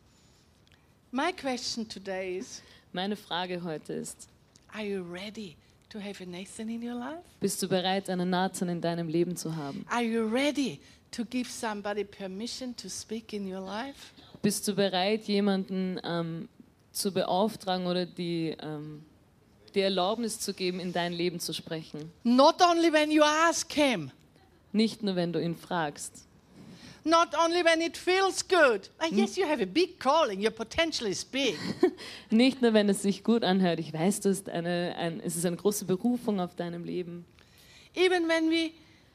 [SPEAKER 3] My question today is
[SPEAKER 4] Meine Frage heute ist,
[SPEAKER 3] Are you ready to have a Nathan in your life?
[SPEAKER 4] bist du bereit, einen Nathan in deinem Leben zu haben?
[SPEAKER 3] Are you ready to give somebody permission to speak in your life?
[SPEAKER 4] Bist du bereit, jemanden ähm, zu beauftragen oder die, ähm, die Erlaubnis zu geben, in dein Leben zu sprechen?
[SPEAKER 3] Not only when you ask him.
[SPEAKER 4] Nicht nur, wenn du ihn fragst.
[SPEAKER 3] Not only when it feels good. Ah, yes, you have a big calling. Your potential is big.
[SPEAKER 4] Nicht nur, wenn es sich gut anhört. Ich weiß, du hast eine, ein, es ist eine große Berufung auf deinem Leben.
[SPEAKER 3] Even when we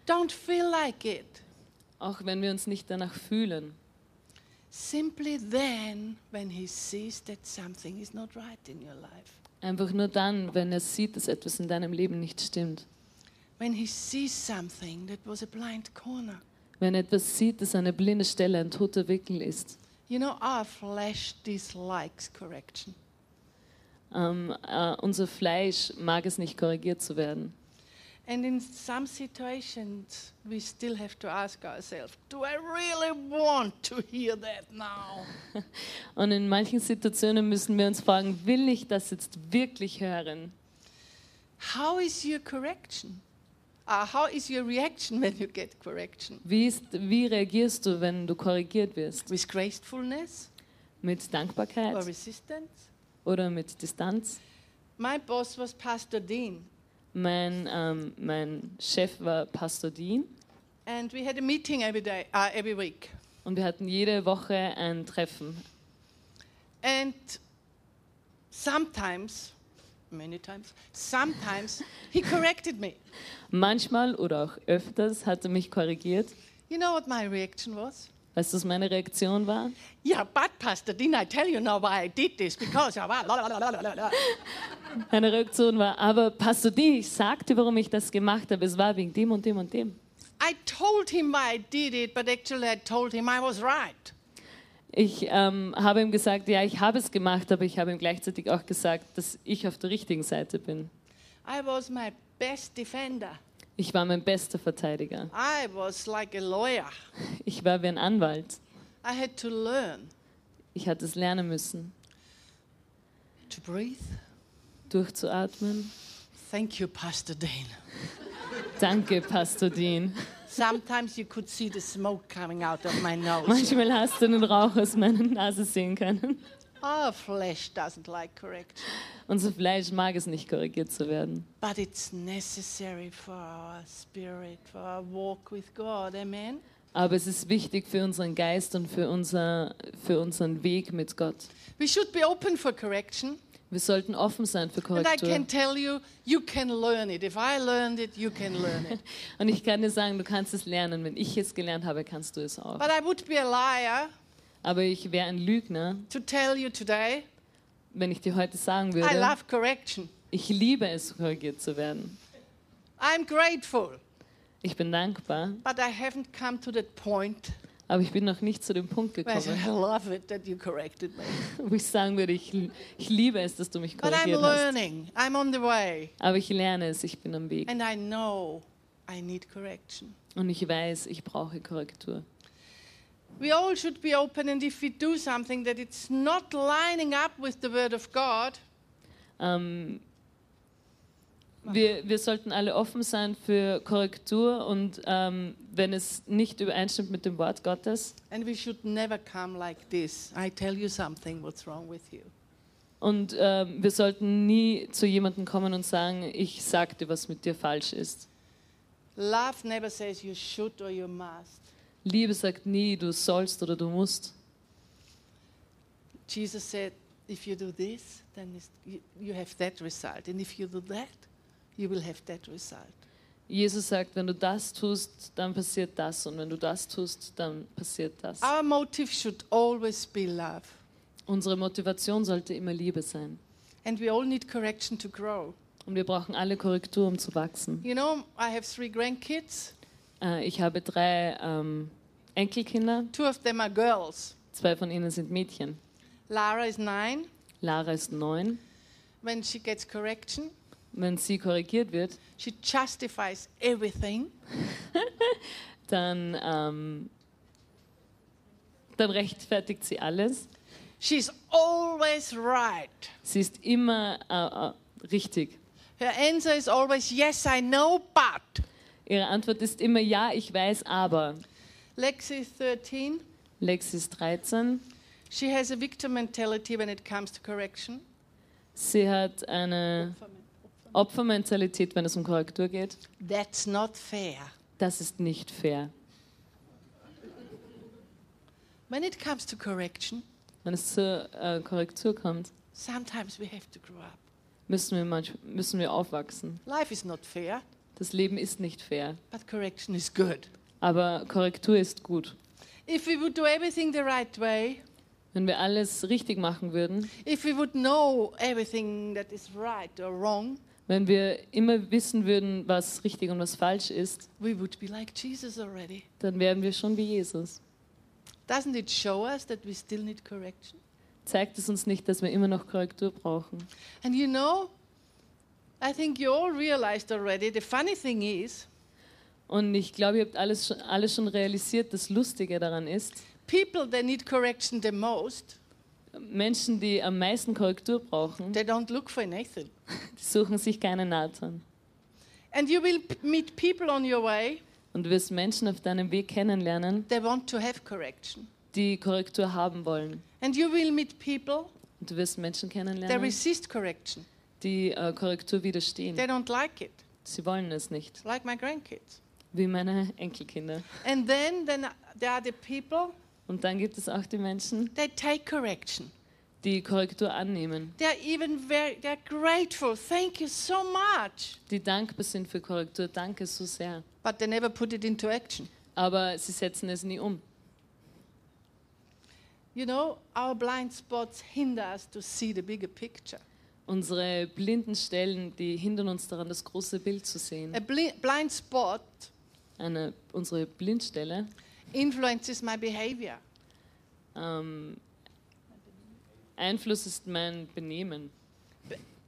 [SPEAKER 3] don't feel like it.
[SPEAKER 4] Auch wenn wir uns nicht danach fühlen.
[SPEAKER 3] Simply then, when he sees that something is not right in your life.
[SPEAKER 4] Einfach nur dann, wenn er sieht, dass etwas in deinem Leben nicht stimmt.
[SPEAKER 3] When he sees something that was a blind corner.
[SPEAKER 4] Wenn er etwas sieht, dass eine blinde Stelle ein toter Wickel ist.
[SPEAKER 3] You know, our flesh dislikes correction.
[SPEAKER 4] Ähm, äh, unser Fleisch mag es nicht korrigiert zu werden.
[SPEAKER 3] And in some situations, we still have to ask ourselves do I really want to hear that now?
[SPEAKER 4] Und in manchen Situationen müssen wir uns fragen, will ich das jetzt wirklich hören?
[SPEAKER 3] How is your correction? Uh, how is your reaction when you get correction?
[SPEAKER 4] Wie, ist, wie reagierst du, wenn du korrigiert wirst?
[SPEAKER 3] With gracefulness
[SPEAKER 4] Mit
[SPEAKER 3] or
[SPEAKER 4] Dankbarkeit
[SPEAKER 3] resistance?
[SPEAKER 4] oder mit Distanz?
[SPEAKER 3] My boss was Pastor Dean,
[SPEAKER 4] Mein, ähm, mein Chef war Pastor Dean
[SPEAKER 3] and we had a meeting every day, uh, every week.
[SPEAKER 4] und wir hatten jede Woche ein Treffen.
[SPEAKER 3] And sometimes, many times, sometimes he corrected me.
[SPEAKER 4] Manchmal oder auch öfters hat er mich korrigiert.
[SPEAKER 3] You know what my reaction was?
[SPEAKER 4] Weißt du, was meine Reaktion war?
[SPEAKER 3] Yeah, but Pastor Dean, I tell you now why I did this because of uh, la, la, la, la, la, la, la.
[SPEAKER 4] Meine Reaktion war, aber Pastor Dean, ich sagte, warum ich das gemacht habe. Es war wegen dem und dem und dem.
[SPEAKER 3] I told him why I did it, but actually I told him I was right.
[SPEAKER 4] Ich ähm, habe ihm gesagt, ja, ich habe es gemacht, aber ich habe ihm gleichzeitig auch gesagt, dass ich auf der richtigen Seite bin.
[SPEAKER 3] I was my best defender.
[SPEAKER 4] Ich war mein bester Verteidiger.
[SPEAKER 3] I was like a lawyer.
[SPEAKER 4] Ich war wie ein Anwalt.
[SPEAKER 3] I had to learn
[SPEAKER 4] Ich hatte es lernen müssen,
[SPEAKER 3] to breathe.
[SPEAKER 4] durchzuatmen.
[SPEAKER 3] Thank you, Pastor Dean.
[SPEAKER 4] Danke, Pastor Dean.
[SPEAKER 3] Sometimes you could see the smoke coming out of my nose.
[SPEAKER 4] Manchmal hast du den Rauch aus meiner Nase sehen können.
[SPEAKER 3] Our flesh doesn't like correction,
[SPEAKER 4] Unser Fleisch mag es nicht, korrigiert zu werden.
[SPEAKER 3] but it's necessary for our spirit, for our walk with God. Amen.
[SPEAKER 4] Aber es ist wichtig für unseren Geist und für, unser, für unseren Weg mit Gott.
[SPEAKER 3] We should be open for correction.
[SPEAKER 4] Wir sollten offen sein für
[SPEAKER 3] And I can
[SPEAKER 4] Korrektur.
[SPEAKER 3] tell you, you can learn it. If I learned it, you can learn it.
[SPEAKER 4] Und ich kann dir sagen, du kannst es lernen. Wenn ich es gelernt habe, kannst du es auch.
[SPEAKER 3] But I would be a liar
[SPEAKER 4] Aber ich wäre ein Lügner,
[SPEAKER 3] to tell you today,
[SPEAKER 4] wenn ich dir heute sagen
[SPEAKER 3] I
[SPEAKER 4] würde,
[SPEAKER 3] love correction.
[SPEAKER 4] ich liebe es, korrigiert zu werden.
[SPEAKER 3] I'm grateful,
[SPEAKER 4] Ich bin dankbar,
[SPEAKER 3] but I haven't come to that point
[SPEAKER 4] aber ich bin noch nicht zu dem Punkt
[SPEAKER 3] where I, say,
[SPEAKER 4] gekommen,
[SPEAKER 3] I love it that you corrected me.
[SPEAKER 4] wo ich sagen würde, ich, ich liebe es, dass du mich
[SPEAKER 3] But I'm
[SPEAKER 4] korrigiert hast.
[SPEAKER 3] learning. I'm on the way.
[SPEAKER 4] Aber ich lerne es, ich bin am Weg.
[SPEAKER 3] And I know I need correction.
[SPEAKER 4] Und ich weiß, ich brauche Korrektur.
[SPEAKER 3] We all should be open, and if we do something that it's not lining up with the Word of God,
[SPEAKER 4] Ähm, wir, wir sollten alle offen sein für Korrektur und ähm, wenn es nicht übereinstimmt mit dem Wort Gottes.
[SPEAKER 3] and we should never come like this. I tell you something, what's wrong with you?
[SPEAKER 4] Und ähm, wir sollten nie zu jemandem kommen und sagen, ich sagte, was mit dir falsch ist.
[SPEAKER 3] Love never says you should or you must.
[SPEAKER 4] Liebe sagt nie, du sollst oder du musst.
[SPEAKER 3] Jesus said, if you do this, then it's, you, you have that result. And if you do that, you will have that result.
[SPEAKER 4] Jesus sagt, wenn du das tust, dann passiert das. Und wenn du das tust, dann passiert das.
[SPEAKER 3] Our motive should always be love.
[SPEAKER 4] Unsere Motivation sollte immer Liebe sein.
[SPEAKER 3] And we all need correction to grow.
[SPEAKER 4] Und wir brauchen alle Korrektur, um zu wachsen.
[SPEAKER 3] You know, I have three grandkids,
[SPEAKER 4] Äh, ich habe drei ähm, Enkelkinder.
[SPEAKER 3] two of them are girls.
[SPEAKER 4] Zwei von ihnen sind Mädchen.
[SPEAKER 3] Lara is nine.
[SPEAKER 4] Lara ist neun.
[SPEAKER 3] When she gets correction,
[SPEAKER 4] Wenn sie korrigiert wird,
[SPEAKER 3] she justifies everything.
[SPEAKER 4] dann, ähm, dann rechtfertigt sie alles.
[SPEAKER 3] She's always right.
[SPEAKER 4] Sie ist immer äh, äh, richtig.
[SPEAKER 3] Her answer is always, yes, I know, but.
[SPEAKER 4] Ihre Antwort ist immer ja, ich weiß, aber.
[SPEAKER 3] Lexi is 13.
[SPEAKER 4] Lex ist 13.
[SPEAKER 3] She has a victim mentality when it comes to correction.
[SPEAKER 4] Sie hat eine Opfermentalität, wenn es um Korrektur geht.
[SPEAKER 3] That's not fair.
[SPEAKER 4] Das ist nicht fair.
[SPEAKER 3] When it comes to correction,
[SPEAKER 4] Wenn es zur äh, Korrektur kommt,
[SPEAKER 3] sometimes we have to grow up.
[SPEAKER 4] müssen wir, manch, müssen wir aufwachsen.
[SPEAKER 3] Life is not fair,
[SPEAKER 4] Das Leben ist nicht fair,
[SPEAKER 3] but correction is good.
[SPEAKER 4] aber Korrektur ist gut.
[SPEAKER 3] If we would do everything the right way,
[SPEAKER 4] Wenn wir alles richtig machen würden,
[SPEAKER 3] if we would know everything that is right or wrong,
[SPEAKER 4] wenn wir immer wissen würden, was richtig und was falsch ist,
[SPEAKER 3] we would be like Jesus already.
[SPEAKER 4] dann wären wir schon wie Jesus.
[SPEAKER 3] Doesn't it show us that we still need correction?
[SPEAKER 4] Zeigt es uns nicht, dass wir immer noch Korrektur brauchen?
[SPEAKER 3] And you know, I think you all realized already the funny thing is,
[SPEAKER 4] Und ich glaube, ihr habt alles schon, alles schon realisiert. Das Lustige daran ist,
[SPEAKER 3] people that need correction the most,
[SPEAKER 4] Menschen, die am meisten Korrektur brauchen,
[SPEAKER 3] they don't look for anything.
[SPEAKER 4] die suchen sich keine Nathan.
[SPEAKER 3] And you will p- meet people on your way.
[SPEAKER 4] Und du wirst Menschen auf deinem Weg kennenlernen,
[SPEAKER 3] They want to have correction.
[SPEAKER 4] die Korrektur haben wollen.
[SPEAKER 3] And you will meet people
[SPEAKER 4] Und du wirst Menschen
[SPEAKER 3] that
[SPEAKER 4] kennenlernen,
[SPEAKER 3] resist correction.
[SPEAKER 4] die äh, Korrektur widerstehen.
[SPEAKER 3] They don't like it,
[SPEAKER 4] Sie wollen es nicht,
[SPEAKER 3] like my grandkids.
[SPEAKER 4] wie meine Enkelkinder.
[SPEAKER 3] And then, then there are the people,
[SPEAKER 4] Und dann gibt es auch die Menschen,
[SPEAKER 3] they take correction.
[SPEAKER 4] die Korrektur annehmen,
[SPEAKER 3] They are even very, they are grateful. Thank you so much.
[SPEAKER 4] die dankbar sind für Korrektur. Danke so sehr.
[SPEAKER 3] But they never put it into action.
[SPEAKER 4] Aber sie setzen es nie um.
[SPEAKER 3] You know, our blind spots hinder us to see the bigger picture.
[SPEAKER 4] Unsere blinden Stellen, die hindern uns daran, das große Bild zu sehen.
[SPEAKER 3] A bli- blind spot
[SPEAKER 4] Eine, unsere Blindstelle
[SPEAKER 3] influences my behavior.
[SPEAKER 4] ähm, Einfluss ist mein Benehmen.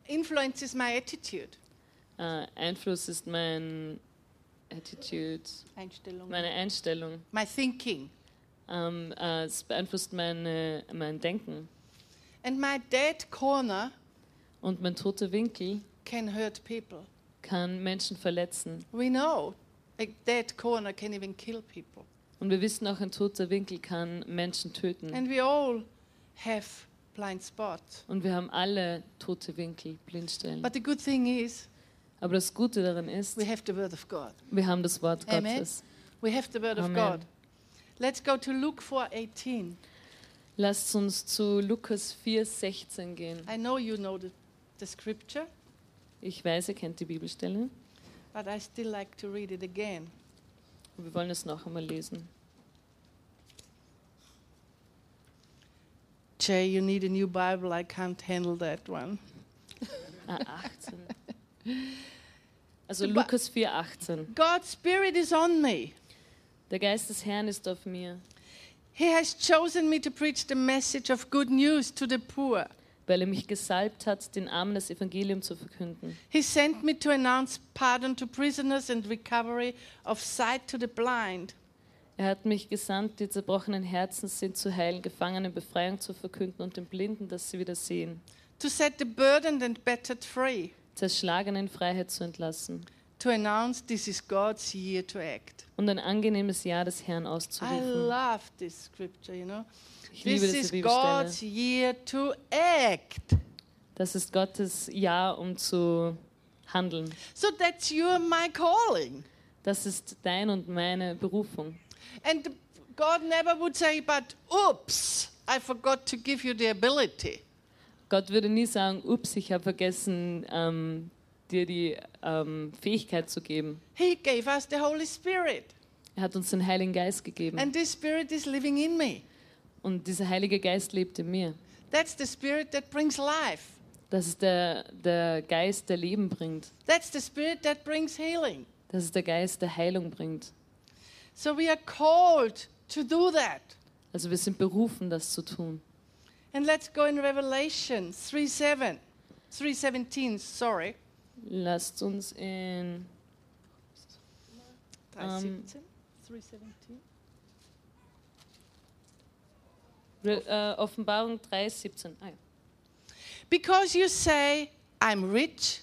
[SPEAKER 3] influences my attitude.
[SPEAKER 4] Äh, Einfluss ist mein Attitude, meine Einstellung.
[SPEAKER 3] My thinking.
[SPEAKER 4] Ähm, äh, es beeinflusst meine, mein Denken.
[SPEAKER 3] And my dead corner
[SPEAKER 4] Und mein toter Winkel
[SPEAKER 3] can hurt people.
[SPEAKER 4] kann Menschen verletzen.
[SPEAKER 3] We know a dead corner can even kill people.
[SPEAKER 4] Und wir wissen auch, ein toter Winkel kann Menschen töten.
[SPEAKER 3] And we all have blind spots.
[SPEAKER 4] Und wir haben alle tote Winkel, Blindstellen.
[SPEAKER 3] But the good thing is,
[SPEAKER 4] Aber das Gute daran ist,
[SPEAKER 3] we have the Word of God.
[SPEAKER 4] wir haben das Wort
[SPEAKER 3] Amen.
[SPEAKER 4] Gottes.
[SPEAKER 3] We have the Word of
[SPEAKER 4] Amen.
[SPEAKER 3] God. Let's go to Luke 4:18.
[SPEAKER 4] Lasst uns zu Lukas 4,16 gehen.
[SPEAKER 3] I know you know the, the scripture,
[SPEAKER 4] Ich weiß, ihr kennt die Bibelstelle.
[SPEAKER 3] but I still like to read it again.
[SPEAKER 4] Und wir wollen es noch einmal lesen.
[SPEAKER 3] Jay, you need a new Bible. I can't handle that one.
[SPEAKER 4] Ah, 18. Also
[SPEAKER 3] Ba-
[SPEAKER 4] Lukas 4, 18.
[SPEAKER 3] God's Spirit is on me.
[SPEAKER 4] Der Geist des Herrn ist auf mir,
[SPEAKER 3] He has chosen me to preach the message of good news to the poor.
[SPEAKER 4] weil er mich gesalbt hat, den Armen das Evangelium zu verkünden.
[SPEAKER 3] He sent me to announce pardon to prisoners and recovery of sight to the blind,
[SPEAKER 4] Er hat mich gesandt, die zerbrochenen Herzen sind zu heilen, Gefangenen Befreiung zu verkünden und den Blinden, dass sie wieder sehen,
[SPEAKER 3] to set the burdened and battered free,
[SPEAKER 4] Zerschlagenen Freiheit zu entlassen
[SPEAKER 3] to announce this is God's year to act.
[SPEAKER 4] und ein angenehmes Jahr des Herrn
[SPEAKER 3] I
[SPEAKER 4] auszurufen.
[SPEAKER 3] love this scripture, you know.
[SPEAKER 4] Ich
[SPEAKER 3] This
[SPEAKER 4] liebe diese
[SPEAKER 3] is
[SPEAKER 4] Bibelstelle.
[SPEAKER 3] God's year to act.
[SPEAKER 4] Das ist Gottes Jahr, um zu handeln.
[SPEAKER 3] So that's you and my calling.
[SPEAKER 4] Das ist dein und meine Berufung.
[SPEAKER 3] And the- God never would say, but oops, I forgot to give you the ability.
[SPEAKER 4] Gott würde nie sagen, ups, ich habe vergessen, ähm, dir die ähm, Fähigkeit zu geben.
[SPEAKER 3] He gave us the Holy Spirit.
[SPEAKER 4] Er hat uns den Heiligen Geist gegeben.
[SPEAKER 3] And this spirit is living in me.
[SPEAKER 4] Und dieser Heilige Geist lebt in mir.
[SPEAKER 3] That's the spirit that brings life.
[SPEAKER 4] Das ist der, der Geist, der Leben bringt.
[SPEAKER 3] That's the spirit that brings healing.
[SPEAKER 4] Das ist der Geist, der Heilung bringt.
[SPEAKER 3] So we are called to do that.
[SPEAKER 4] Also wir sind berufen, das zu tun.
[SPEAKER 3] And let's go in Revelation 3 7. 317, sorry.
[SPEAKER 4] Lasst uns in Um,
[SPEAKER 3] 317? 317?
[SPEAKER 4] Re äh, Offenbarung 3,17. Ah, ja.
[SPEAKER 3] Because you say, I'm rich,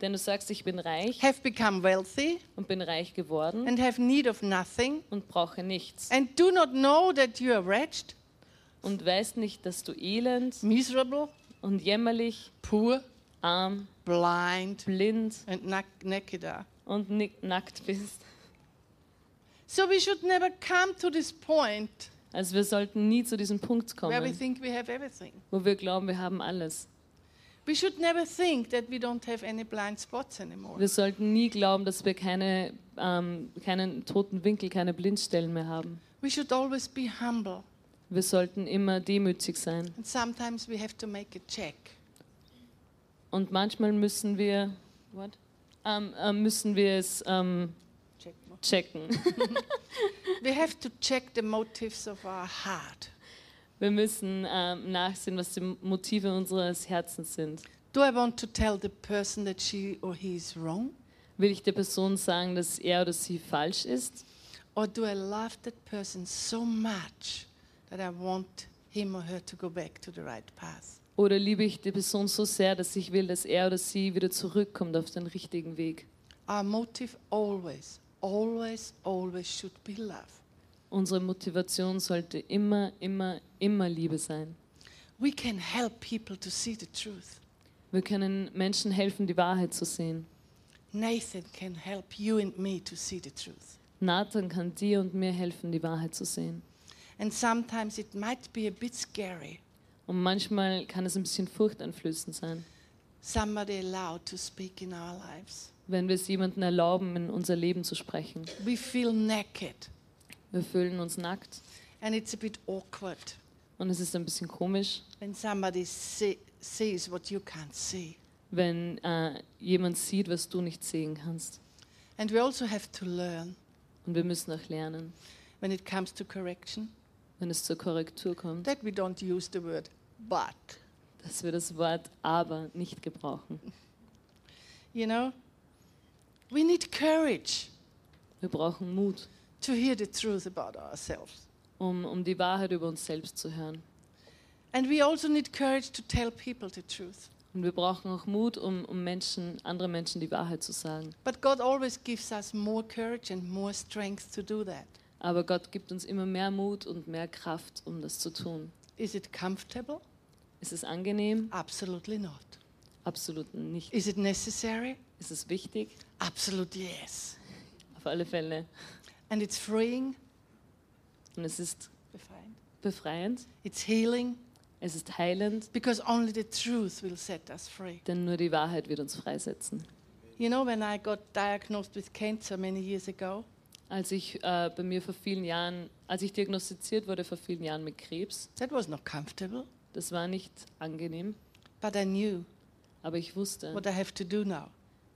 [SPEAKER 4] Denn du sagst, ich bin reich
[SPEAKER 3] have become wealthy,
[SPEAKER 4] und bin reich geworden
[SPEAKER 3] and have need of nothing,
[SPEAKER 4] und brauche nichts.
[SPEAKER 3] and do not know that you are wretched,
[SPEAKER 4] Und weißt nicht, dass du elend
[SPEAKER 3] miserable,
[SPEAKER 4] und jämmerlich,
[SPEAKER 3] poor,
[SPEAKER 4] arm,
[SPEAKER 3] blind,
[SPEAKER 4] blind
[SPEAKER 3] and nac- naked are.
[SPEAKER 4] und nick- nackt bist.
[SPEAKER 3] So we should never come to this point
[SPEAKER 4] Also wir sollten nie zu diesem Punkt
[SPEAKER 3] where we
[SPEAKER 4] kommen,
[SPEAKER 3] think we have everything.
[SPEAKER 4] wo wir glauben, wir haben alles.
[SPEAKER 3] We should never think that we don't have any blind spots anymore.
[SPEAKER 4] Wir sollten nie glauben, dass wir keine, ähm, keinen toten Winkel, keine Blindstellen mehr haben.
[SPEAKER 3] We should always be humble.
[SPEAKER 4] Wir sollten immer demütig sein.
[SPEAKER 3] And sometimes we have to make a check.
[SPEAKER 4] Und manchmal müssen wir, what? Ähm, ähm, müssen wir es ähm,
[SPEAKER 3] Check more.
[SPEAKER 4] checken.
[SPEAKER 3] we have to check the motives of our heart.
[SPEAKER 4] Wir müssen ähm, nachsehen, was die Motive unseres Herzens sind.
[SPEAKER 3] Do I want to tell the person that she or he is wrong?
[SPEAKER 4] Will ich der Person sagen, dass er oder sie falsch ist?
[SPEAKER 3] Or do I love that person so much that I want him or her to go back to the right path?
[SPEAKER 4] Oder liebe ich die Person so sehr, dass ich will, dass er oder sie wieder zurückkommt auf den richtigen Weg?
[SPEAKER 3] Our motive always, always, always should be love.
[SPEAKER 4] Unsere Motivation sollte immer, immer, immer Liebe sein.
[SPEAKER 3] We can help people to see the truth.
[SPEAKER 4] Wir können Menschen helfen, die Wahrheit zu sehen.
[SPEAKER 3] Nathan can help you and me to see the truth.
[SPEAKER 4] Nathan kann dir und mir helfen, die Wahrheit zu sehen.
[SPEAKER 3] And sometimes it might be a bit scary.
[SPEAKER 4] Und manchmal kann es ein bisschen furchteinflößend sein,
[SPEAKER 3] Somebody allowed to speak in our lives.
[SPEAKER 4] wenn wir es jemandem erlauben, in unser Leben zu sprechen.
[SPEAKER 3] We feel naked
[SPEAKER 4] Wir fühlen uns nackt
[SPEAKER 3] and it's a bit awkward
[SPEAKER 4] und es ist ein bisschen komisch,
[SPEAKER 3] when somebody see, sees what you can't see.
[SPEAKER 4] wenn äh, jemand sieht, was du nicht sehen kannst.
[SPEAKER 3] And we also have to learn
[SPEAKER 4] Und wir müssen auch lernen,
[SPEAKER 3] when it comes to correction
[SPEAKER 4] wenn es zur Korrektur kommt,
[SPEAKER 3] that we don't use the word but.
[SPEAKER 4] dass wir das Wort aber nicht gebrauchen.
[SPEAKER 3] You know, we need courage
[SPEAKER 4] Wir brauchen Mut,
[SPEAKER 3] to hear the truth about ourselves.
[SPEAKER 4] um, um die Wahrheit über uns selbst zu hören.
[SPEAKER 3] And we also need courage to tell people the truth.
[SPEAKER 4] Und wir brauchen auch Mut, um, um Menschen, anderen Menschen die Wahrheit zu sagen.
[SPEAKER 3] But God always gives us more courage and more strength to do that.
[SPEAKER 4] Aber Gott gibt uns immer mehr Mut und mehr Kraft, um das zu tun.
[SPEAKER 3] Is it comfortable?
[SPEAKER 4] Ist es angenehm?
[SPEAKER 3] Absolutely not.
[SPEAKER 4] Absolut nicht.
[SPEAKER 3] Is it necessary?
[SPEAKER 4] Ist es wichtig?
[SPEAKER 3] Absolutely yes.
[SPEAKER 4] Auf alle Fälle.
[SPEAKER 3] And it's freeing,
[SPEAKER 4] Und es ist befreiend,
[SPEAKER 3] it's healing,
[SPEAKER 4] es ist heilend,
[SPEAKER 3] because only the truth will set us free.
[SPEAKER 4] denn nur die Wahrheit wird uns freisetzen.
[SPEAKER 3] You know, when I got diagnosed with cancer many years ago,
[SPEAKER 4] Als ich äh, bei mir vor vielen Jahren, als ich diagnostiziert wurde vor vielen Jahren mit Krebs,
[SPEAKER 3] that was not comfortable,
[SPEAKER 4] das war nicht angenehm,
[SPEAKER 3] but I knew
[SPEAKER 4] aber ich wusste,
[SPEAKER 3] what I have to do now.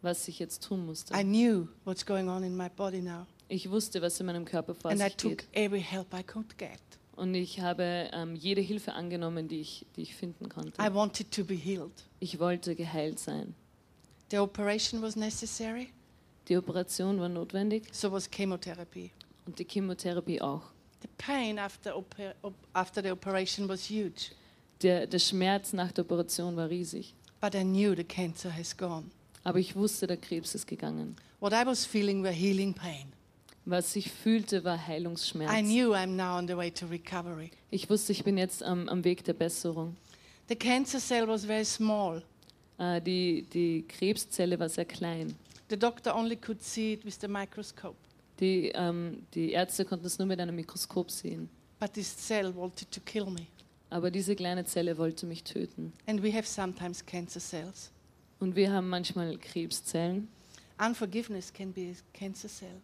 [SPEAKER 4] was ich jetzt tun musste.
[SPEAKER 3] I knew what's going on in my body now.
[SPEAKER 4] Ich wusste, was in meinem Körper vor
[SPEAKER 3] And I
[SPEAKER 4] sich
[SPEAKER 3] took
[SPEAKER 4] geht.
[SPEAKER 3] every help I could get.
[SPEAKER 4] Und ich habe ähm, jede Hilfe angenommen, die ich, die ich finden
[SPEAKER 3] I
[SPEAKER 4] konnte.
[SPEAKER 3] wanted to be healed.
[SPEAKER 4] Ich wollte geheilt sein.
[SPEAKER 3] The operation was necessary,
[SPEAKER 4] Die Operation war notwendig
[SPEAKER 3] so was chemotherapy.
[SPEAKER 4] und die Chemotherapie auch.
[SPEAKER 3] The pain after, oper- op- after the operation was huge,
[SPEAKER 4] Der, der Schmerz nach der Operation war riesig.
[SPEAKER 3] but I knew the cancer has gone.
[SPEAKER 4] Aber ich wusste, der Krebs ist gegangen.
[SPEAKER 3] What I was feeling were healing pain.
[SPEAKER 4] Was ich fühlte, war
[SPEAKER 3] I
[SPEAKER 4] Heilungsschmerz.
[SPEAKER 3] knew I'm now on the way to recovery.
[SPEAKER 4] Ich wusste, ich bin jetzt am, am Weg der Besserung.
[SPEAKER 3] The cancer cell was very small.
[SPEAKER 4] Äh, die, die Krebszelle war sehr klein.
[SPEAKER 3] The doctor only could see it with the microscope,
[SPEAKER 4] Die, ähm, die Ärzte konnten es nur mit einem Mikroskop sehen.
[SPEAKER 3] but this cell wanted to kill me.
[SPEAKER 4] Aber diese kleine Zelle wollte mich töten.
[SPEAKER 3] And we have sometimes cancer cells.
[SPEAKER 4] Und wir haben manchmal Krebszellen.
[SPEAKER 3] Unforgiveness can be a cancer cell.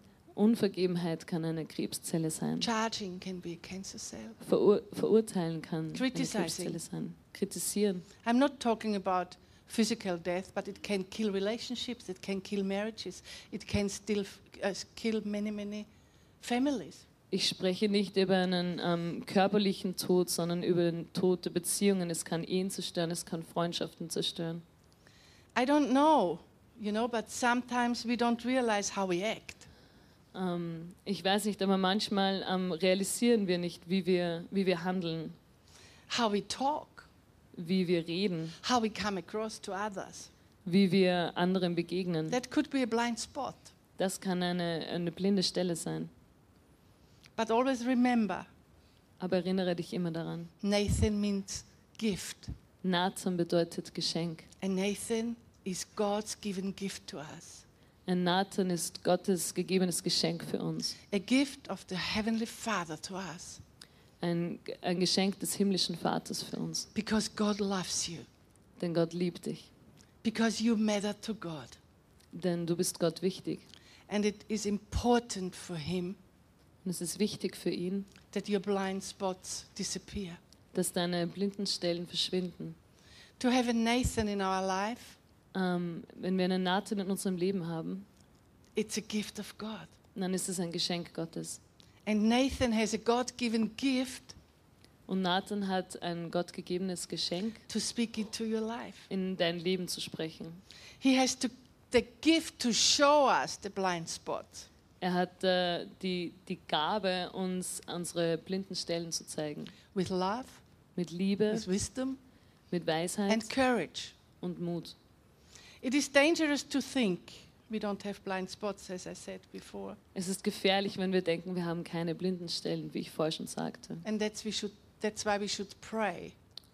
[SPEAKER 4] Unvergebenheit kann eine Krebszelle sein.
[SPEAKER 3] Charging can be a cancer cell.
[SPEAKER 4] Verur verurteilen kann eine
[SPEAKER 3] Criticizing.
[SPEAKER 4] Krebszelle sein. Kritisieren.
[SPEAKER 3] I'm not talking about physical death, but it can kill relationships, it can kill marriages, it can still f- uh, s- kill many, many families.
[SPEAKER 4] Ich spreche nicht über einen ähm, körperlichen Tod, sondern über den Tod der Beziehungen. Es kann Ehen zerstören, es kann Freundschaften zerstören.
[SPEAKER 3] I don't know, you know, but sometimes we don't realize how we act.
[SPEAKER 4] Ähm, ich weiß nicht, aber manchmal ähm, realisieren wir nicht, wie wir, wie wir handeln,
[SPEAKER 3] how we talk,
[SPEAKER 4] wie wir reden,
[SPEAKER 3] how we come across to others.
[SPEAKER 4] wie wir anderen begegnen.
[SPEAKER 3] That could be a blind spot.
[SPEAKER 4] Das kann eine, eine blinde Stelle sein.
[SPEAKER 3] But always remember,
[SPEAKER 4] Aber erinnere dich immer daran.
[SPEAKER 3] Nathan means gift,
[SPEAKER 4] Nathan bedeutet Geschenk.
[SPEAKER 3] and Nathan is God's given gift to us
[SPEAKER 4] Ein Nathan ist Gottes gegebenes Geschenk für uns.
[SPEAKER 3] a gift of the Heavenly Father to us
[SPEAKER 4] Ein, ein Geschenk des himmlischen Vaters für uns.
[SPEAKER 3] because God loves you,
[SPEAKER 4] Denn Gott liebt dich.
[SPEAKER 3] because you matter to God.
[SPEAKER 4] Denn du bist Gott wichtig.
[SPEAKER 3] And it is important for Him
[SPEAKER 4] Und es ist wichtig für ihn,
[SPEAKER 3] that your blind spots disappear.
[SPEAKER 4] dass deine blinden Stellen verschwinden.
[SPEAKER 3] To have a Nathan in our life,
[SPEAKER 4] Ähm, wenn wir einen Nathan in unserem Leben haben,
[SPEAKER 3] it's a gift of God.
[SPEAKER 4] dann ist es ein Geschenk Gottes.
[SPEAKER 3] And Nathan has a God given gift
[SPEAKER 4] Und Nathan hat ein gottgegebenes Geschenk,
[SPEAKER 3] to speak into your life.
[SPEAKER 4] in dein Leben zu sprechen.
[SPEAKER 3] He has to, the gift to show us the blind spots.
[SPEAKER 4] Er hat äh, die, die Gabe, uns unsere blinden Stellen zu zeigen.
[SPEAKER 3] with love,
[SPEAKER 4] Mit Liebe,
[SPEAKER 3] with wisdom,
[SPEAKER 4] mit Weisheit
[SPEAKER 3] and courage.
[SPEAKER 4] und Mut.
[SPEAKER 3] It is dangerous to think we don't have blind spots, as I said before,
[SPEAKER 4] Es ist gefährlich, wenn wir denken, wir haben keine blinden Stellen, wie ich vorher schon sagte.
[SPEAKER 3] and that's we should. That's why we should pray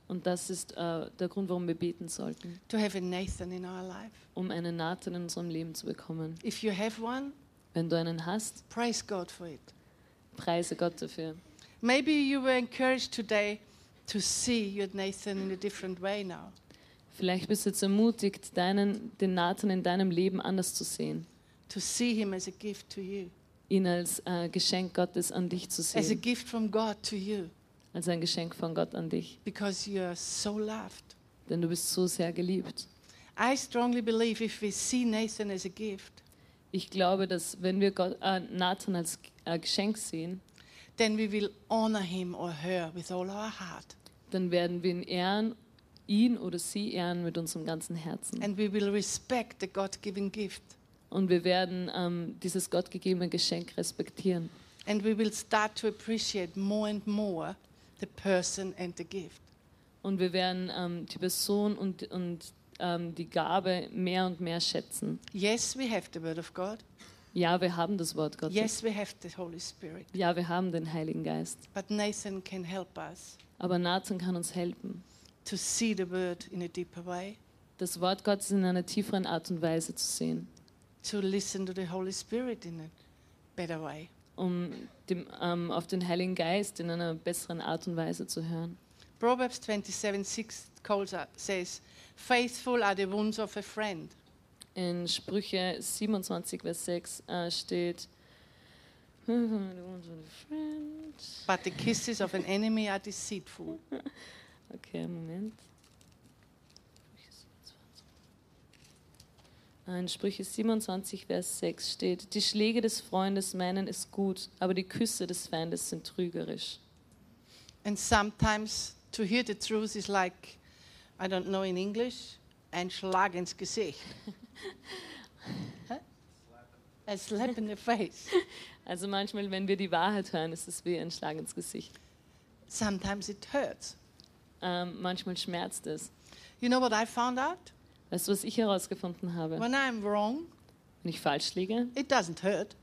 [SPEAKER 4] Und das ist äh, der Grund, warum wir beten sollten,
[SPEAKER 3] to have a Nathan in our life.
[SPEAKER 4] um einen Nathan in unserem Leben zu bekommen.
[SPEAKER 3] If you have one,
[SPEAKER 4] Wenn du einen hast,
[SPEAKER 3] praise God for it.
[SPEAKER 4] preise Gott dafür.
[SPEAKER 3] Maybe you were encouraged today to see your Nathan in a different way now.
[SPEAKER 4] Vielleicht bist du jetzt ermutigt, deinen, den Nathan in deinem Leben anders zu sehen,
[SPEAKER 3] to see him as a gift to you,
[SPEAKER 4] ihn als äh, Geschenk Gottes an dich zu
[SPEAKER 3] as a
[SPEAKER 4] sehen,
[SPEAKER 3] gift from God to you,
[SPEAKER 4] als ein Geschenk von Gott an dich,
[SPEAKER 3] because you are so loved.
[SPEAKER 4] denn du bist so sehr geliebt.
[SPEAKER 3] I strongly believe if we see Nathan as a gift,
[SPEAKER 4] Ich glaube, dass wenn wir Gott, äh, Nathan als äh, Geschenk sehen,
[SPEAKER 3] then we will honor him or her with all our heart,
[SPEAKER 4] dann werden wir ihn ehren, ihn oder sie ehren mit unserem ganzen Herzen.
[SPEAKER 3] and we will respect the God given gift,
[SPEAKER 4] Und wir werden ähm, dieses gottgegebene Geschenk respektieren.
[SPEAKER 3] and we will start to appreciate more and more the person and the gift.
[SPEAKER 4] Und wir werden ähm, die Person und, und ähm, die Gabe mehr und mehr schätzen.
[SPEAKER 3] Yes, we have the Word of God.
[SPEAKER 4] Ja, wir haben das Wort Gottes.
[SPEAKER 3] Yes, we have the Holy Spirit.
[SPEAKER 4] Ja, wir haben den Heiligen Geist.
[SPEAKER 3] But Nathan can help us
[SPEAKER 4] Aber Nathan kann uns helfen,
[SPEAKER 3] to see the Word in a deeper way,
[SPEAKER 4] das Wort Gottes in einer tieferen Art und Weise zu sehen,
[SPEAKER 3] to listen to the Holy Spirit in a better way.
[SPEAKER 4] um dem, ähm, auf den Heiligen Geist in einer besseren Art und Weise zu hören.
[SPEAKER 3] Proverbs 27 6 calls us, says, Faithful are the wounds of a friend,
[SPEAKER 4] In Sprüche 27, Vers 6 äh, steht,
[SPEAKER 3] but the kisses of an enemy are deceitful.
[SPEAKER 4] Okay, Moment. In Sprüche 27, Vers 6 steht, die Schläge des Freundes meinen ist gut, aber die Küsse des Feindes sind trügerisch.
[SPEAKER 3] And sometimes to hear the truth is like, I don't know in English, ein Schlag ins Gesicht. Huh? A slap in the face.
[SPEAKER 4] Also manchmal, wenn wir die Wahrheit hören, ist es wie ein Schlag ins Gesicht.
[SPEAKER 3] Sometimes it hurts.
[SPEAKER 4] Ähm, manchmal schmerzt es.
[SPEAKER 3] You know what I found out?
[SPEAKER 4] Weißt du, was ich herausgefunden habe?
[SPEAKER 3] When I'm wrong,
[SPEAKER 4] Wenn ich falsch liege,
[SPEAKER 3] it doesn't hurt.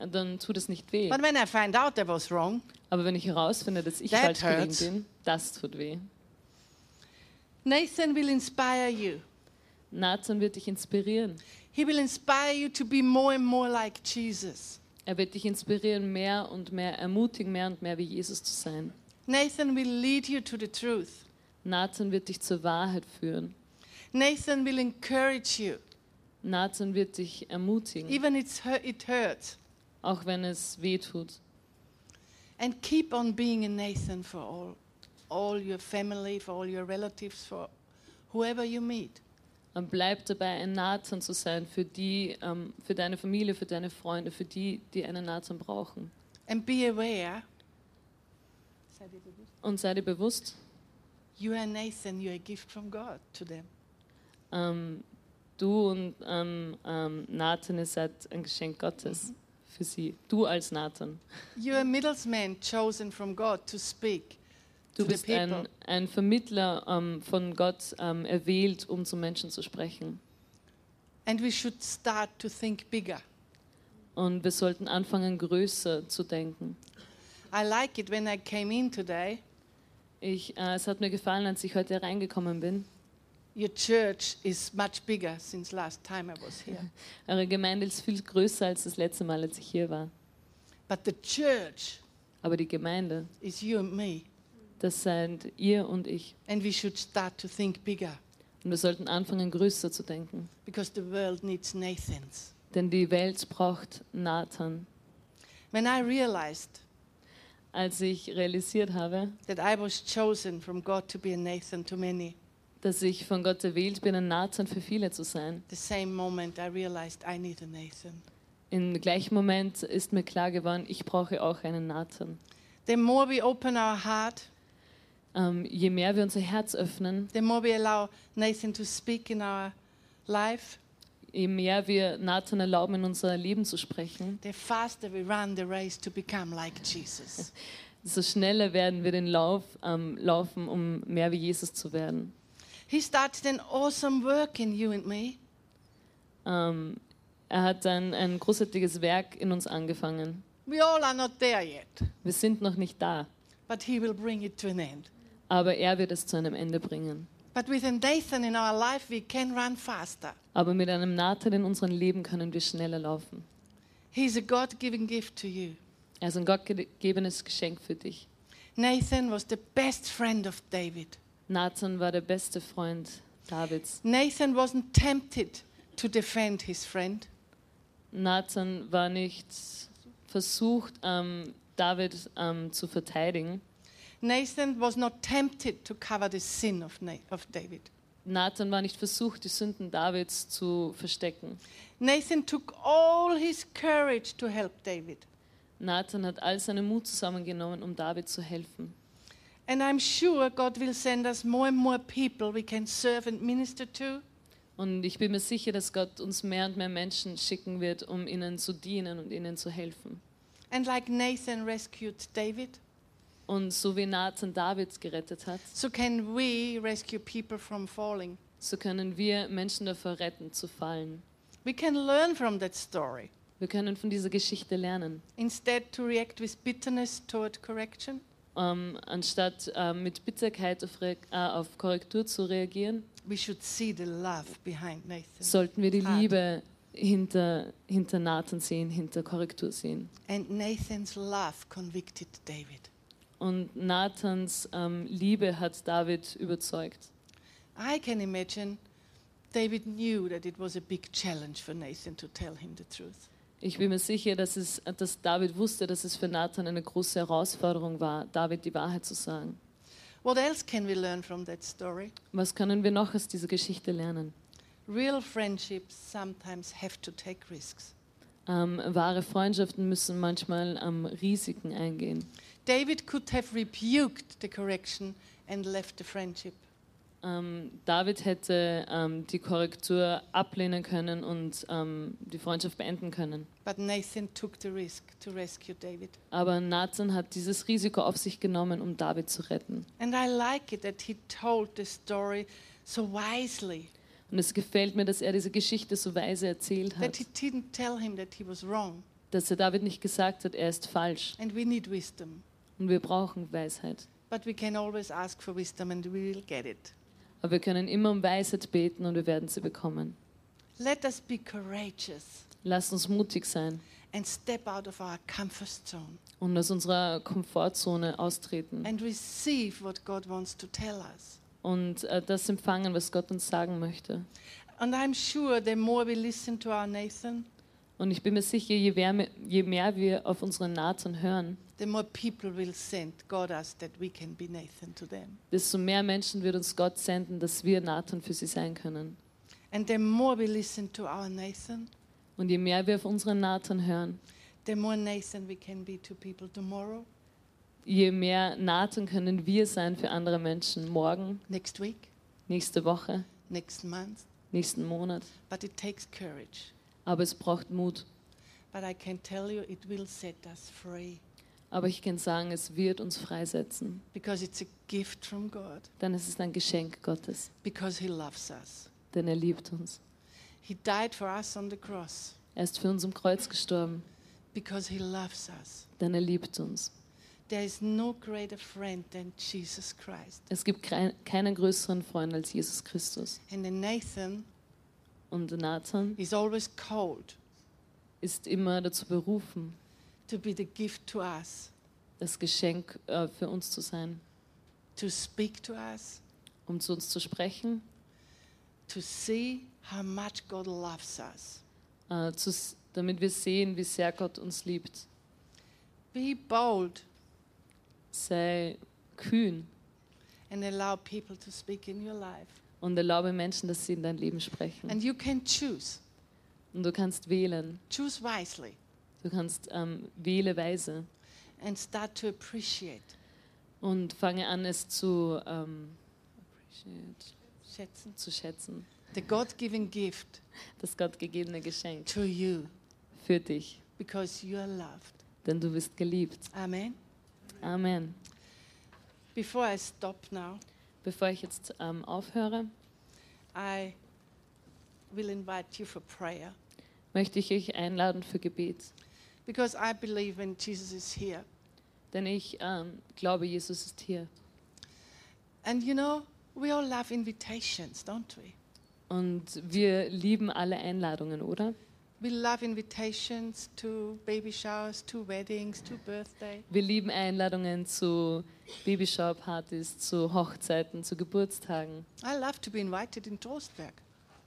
[SPEAKER 4] dann tut es nicht weh.
[SPEAKER 3] But when I find out I was wrong,
[SPEAKER 4] Aber wenn ich herausfinde, dass ich
[SPEAKER 3] That
[SPEAKER 4] falsch gelegen
[SPEAKER 3] hurts.
[SPEAKER 4] bin, das tut weh.
[SPEAKER 3] Nathan will inspire you.
[SPEAKER 4] Nathan wird dich inspirieren.
[SPEAKER 3] He will inspire you to be more and more like Jesus.
[SPEAKER 4] Er wird dich inspirieren, mehr und mehr ermutigen, mehr und mehr wie Jesus zu sein.
[SPEAKER 3] Nathan will lead you to the truth.
[SPEAKER 4] Nathan wird dich zur Wahrheit führen.
[SPEAKER 3] Nathan will encourage you,
[SPEAKER 4] Nathan wird dich ermutigen,
[SPEAKER 3] even it's hu- it hurts.
[SPEAKER 4] auch wenn es weh tut.
[SPEAKER 3] And keep on being a Nathan for all, all your family, for all your relatives, for whoever you meet.
[SPEAKER 4] Und bleib dabei, ein Nathan zu sein für die, ähm, für deine Familie, für deine Freunde, für die, die einen Nathan brauchen.
[SPEAKER 3] And be aware
[SPEAKER 4] Und sei dir bewusst,
[SPEAKER 3] you are Nathan, you're a gift from God to them.
[SPEAKER 4] ähm, du und ähm, ähm, Nathan, ihr seid ein Geschenk Gottes für sie. Du als Nathan.
[SPEAKER 3] You're a middleman chosen from God to speak to
[SPEAKER 4] Du
[SPEAKER 3] the
[SPEAKER 4] bist
[SPEAKER 3] people.
[SPEAKER 4] ein, ein Vermittler ähm, von Gott ähm, erwählt, um zu Menschen zu sprechen.
[SPEAKER 3] And we should start to think bigger.
[SPEAKER 4] Und wir sollten anfangen, größer zu denken.
[SPEAKER 3] I like it when I came in today.
[SPEAKER 4] Ich, äh, es hat mir gefallen, als ich heute reingekommen bin.
[SPEAKER 3] Your church is much bigger since last time I was here.
[SPEAKER 4] Eure Gemeinde ist viel größer als das letzte Mal, als ich hier war.
[SPEAKER 3] But the church
[SPEAKER 4] Aber die Gemeinde,
[SPEAKER 3] is you and me,
[SPEAKER 4] das seid ihr und ich.
[SPEAKER 3] and we should start to think bigger
[SPEAKER 4] Und wir sollten anfangen, größer zu denken.
[SPEAKER 3] because the world needs Nathans.
[SPEAKER 4] Denn die Welt braucht Nathan.
[SPEAKER 3] When I realized
[SPEAKER 4] Als ich realisiert habe,
[SPEAKER 3] that I was chosen from God to be a Nathan to many,
[SPEAKER 4] dass ich von Gott erwählt bin, ein Nathan für viele zu sein,
[SPEAKER 3] the same moment I realized I need a Nathan.
[SPEAKER 4] im gleichen Moment ist mir klar geworden, ich brauche auch einen Nathan.
[SPEAKER 3] The more we open our heart,
[SPEAKER 4] Ähm, je mehr wir unser Herz öffnen,
[SPEAKER 3] the more we allow Nathan to speak in our life,
[SPEAKER 4] je mehr wir Nathan erlauben, in unser Leben zu sprechen,
[SPEAKER 3] the faster we run the race to become like Jesus.
[SPEAKER 4] so schneller werden wir den Lauf ähm, laufen, um mehr wie Jesus zu werden.
[SPEAKER 3] He started an awesome work in you and me.
[SPEAKER 4] Ähm, er hat ein, ein großartiges Werk in uns angefangen.
[SPEAKER 3] We all are not there yet,
[SPEAKER 4] Wir sind noch nicht da,
[SPEAKER 3] but He will bring it to an end.
[SPEAKER 4] aber er wird es zu einem Ende bringen.
[SPEAKER 3] But with a Nathan in our life, we can run faster.
[SPEAKER 4] Aber mit einem Nathan in unserem Leben können wir schneller laufen.
[SPEAKER 3] He's a God given gift to you.
[SPEAKER 4] Er ist ein gottgegebenes Geschenk für dich.
[SPEAKER 3] Nathan was the best friend of David.
[SPEAKER 4] Nathan war der beste Freund Davids.
[SPEAKER 3] Nathan wasn't tempted to defend his friend.
[SPEAKER 4] Nathan war nicht versucht, ähm, David ähm, zu verteidigen.
[SPEAKER 3] Nathan was not tempted to cover the sin of, Na- of David.
[SPEAKER 4] Nathan war nicht versucht, die Sünden Davids zu verstecken.
[SPEAKER 3] Nathan took all his courage to help David.
[SPEAKER 4] Nathan hat all seinen Mut zusammengenommen, um David zu helfen.
[SPEAKER 3] And I'm sure God will send us more and more people we can serve and minister to.
[SPEAKER 4] Und ich bin mir sicher, dass Gott uns mehr und mehr Menschen schicken wird, um ihnen zu dienen und ihnen zu helfen.
[SPEAKER 3] And like Nathan rescued David,
[SPEAKER 4] Und so wie Nathan David gerettet hat,
[SPEAKER 3] so can we rescue people from falling.
[SPEAKER 4] so können wir Menschen davor retten, zu fallen.
[SPEAKER 3] We can learn from that story
[SPEAKER 4] Wir können von dieser Geschichte lernen,
[SPEAKER 3] instead to react with bitterness toward correction.
[SPEAKER 4] ähm, anstatt ähm, mit Bitterkeit auf, Re äh, auf Korrektur zu reagieren,
[SPEAKER 3] We should see the love behind Nathan
[SPEAKER 4] sollten wir die
[SPEAKER 3] Tat.
[SPEAKER 4] Liebe hinter, hinter Nathan sehen, hinter Korrektur sehen.
[SPEAKER 3] and Nathan's love convicted David.
[SPEAKER 4] Und Nathans ähm, Liebe hat David überzeugt.
[SPEAKER 3] I can imagine David knew that it was a big challenge for Nathan to tell him the truth.
[SPEAKER 4] Ich bin mir sicher, dass, es, dass David wusste, dass es für Nathan eine große Herausforderung war, David die Wahrheit zu sagen.
[SPEAKER 3] What else can we learn from that story?
[SPEAKER 4] Was können wir noch aus dieser Geschichte lernen?
[SPEAKER 3] Real friendships sometimes have to take risks.
[SPEAKER 4] Ähm, wahre Freundschaften müssen manchmal ähm, Risiken eingehen.
[SPEAKER 3] David could have rebuked the correction and left the friendship.
[SPEAKER 4] Ähm, David hätte ähm, die Korrektur ablehnen können und ähm, die Freundschaft beenden können.
[SPEAKER 3] But Nathan took the risk to rescue David.
[SPEAKER 4] Aber Nathan hat dieses Risiko auf sich genommen, um David zu retten.
[SPEAKER 3] And I like it that he told the story so wisely,
[SPEAKER 4] Und es gefällt mir, dass er diese Geschichte so weise erzählt
[SPEAKER 3] that
[SPEAKER 4] hat,
[SPEAKER 3] he didn't tell him that he was wrong.
[SPEAKER 4] dass er David nicht gesagt hat, er ist falsch
[SPEAKER 3] And we need wisdom.
[SPEAKER 4] und wir brauchen Weisheit.
[SPEAKER 3] But we can always ask for wisdom and we will get it.
[SPEAKER 4] Aber wir können immer um Weisheit beten und wir werden sie bekommen.
[SPEAKER 3] Let us be courageous
[SPEAKER 4] Lasst uns mutig sein
[SPEAKER 3] and step out of our comfort zone
[SPEAKER 4] und aus unserer Komfortzone austreten
[SPEAKER 3] and receive what God wants to tell us.
[SPEAKER 4] und äh, das empfangen, was Gott uns sagen möchte.
[SPEAKER 3] And I'm sure the more we listen to our Nathan,
[SPEAKER 4] Und ich bin mir sicher, je mehr, je mehr wir auf unseren Nathan hören,
[SPEAKER 3] the more people will send God us that we can be Nathan to them.
[SPEAKER 4] desto mehr Menschen wird uns Gott senden, dass wir Nathan für sie sein können.
[SPEAKER 3] And the more we listen to our Nathan,
[SPEAKER 4] Und je mehr wir auf unseren Nathan hören,
[SPEAKER 3] the more Nathan we can be to people tomorrow,
[SPEAKER 4] je mehr Nathan können wir sein für andere Menschen morgen,
[SPEAKER 3] next week,
[SPEAKER 4] nächste Woche,
[SPEAKER 3] next month.
[SPEAKER 4] nächsten Monat.
[SPEAKER 3] But it takes courage.
[SPEAKER 4] Aber es braucht Mut.
[SPEAKER 3] But I can tell you, it will set us free
[SPEAKER 4] Aber ich kann sagen, es wird uns freisetzen.
[SPEAKER 3] because it's a gift from God,
[SPEAKER 4] Denn es ist ein Geschenk Gottes,
[SPEAKER 3] because He loves us.
[SPEAKER 4] denn er liebt uns.
[SPEAKER 3] He died for us on the cross
[SPEAKER 4] Er ist für uns am Kreuz gestorben,
[SPEAKER 3] because He loves us.
[SPEAKER 4] denn er liebt uns.
[SPEAKER 3] There is no greater friend than Jesus Christ.
[SPEAKER 4] Es gibt krei- keinen größeren Freund als Jesus Christus.
[SPEAKER 3] And the Nathan
[SPEAKER 4] Und Nathan
[SPEAKER 3] is always called
[SPEAKER 4] ist immer dazu berufen,
[SPEAKER 3] to be the gift to us,
[SPEAKER 4] das Geschenk äh, für uns zu sein,
[SPEAKER 3] to speak to us,
[SPEAKER 4] um zu uns zu sprechen,
[SPEAKER 3] to see how much God loves us.
[SPEAKER 4] äh, zu, s- damit wir sehen, wie sehr Gott uns liebt.
[SPEAKER 3] Be bold
[SPEAKER 4] Sei kühn
[SPEAKER 3] and allow people to speak in your life.
[SPEAKER 4] und erlaube Menschen, dass sie in dein Leben sprechen.
[SPEAKER 3] And you can choose.
[SPEAKER 4] Und du kannst wählen.
[SPEAKER 3] Choose wisely
[SPEAKER 4] Du kannst ähm, wähle weise.
[SPEAKER 3] and start to appreciate.
[SPEAKER 4] und fange an, es zu, ähm, appreciate-
[SPEAKER 3] Schätzen.
[SPEAKER 4] zu schätzen.
[SPEAKER 3] The God given gift
[SPEAKER 4] Das gottgegebene Geschenk
[SPEAKER 3] to you
[SPEAKER 4] für dich,
[SPEAKER 3] because you are loved.
[SPEAKER 4] denn du bist geliebt.
[SPEAKER 3] Amen.
[SPEAKER 4] Amen.
[SPEAKER 3] Before I stop now,
[SPEAKER 4] Bevor ich jetzt ähm, aufhöre,
[SPEAKER 3] I will invite you for prayer
[SPEAKER 4] möchte ich euch einladen für Gebet,
[SPEAKER 3] because I believe when Jesus is here
[SPEAKER 4] denn ich ähm, glaube, Jesus ist hier
[SPEAKER 3] And you know, we all love invitations, don't we?
[SPEAKER 4] Und wir lieben alle Einladungen, oder?
[SPEAKER 3] We love invitations to baby showers, to weddings, to birthday.
[SPEAKER 4] Wir lieben Einladungen zu Babyshower-Partys, zu Hochzeiten, zu Geburtstagen.
[SPEAKER 3] I love to be invited in Trostberg,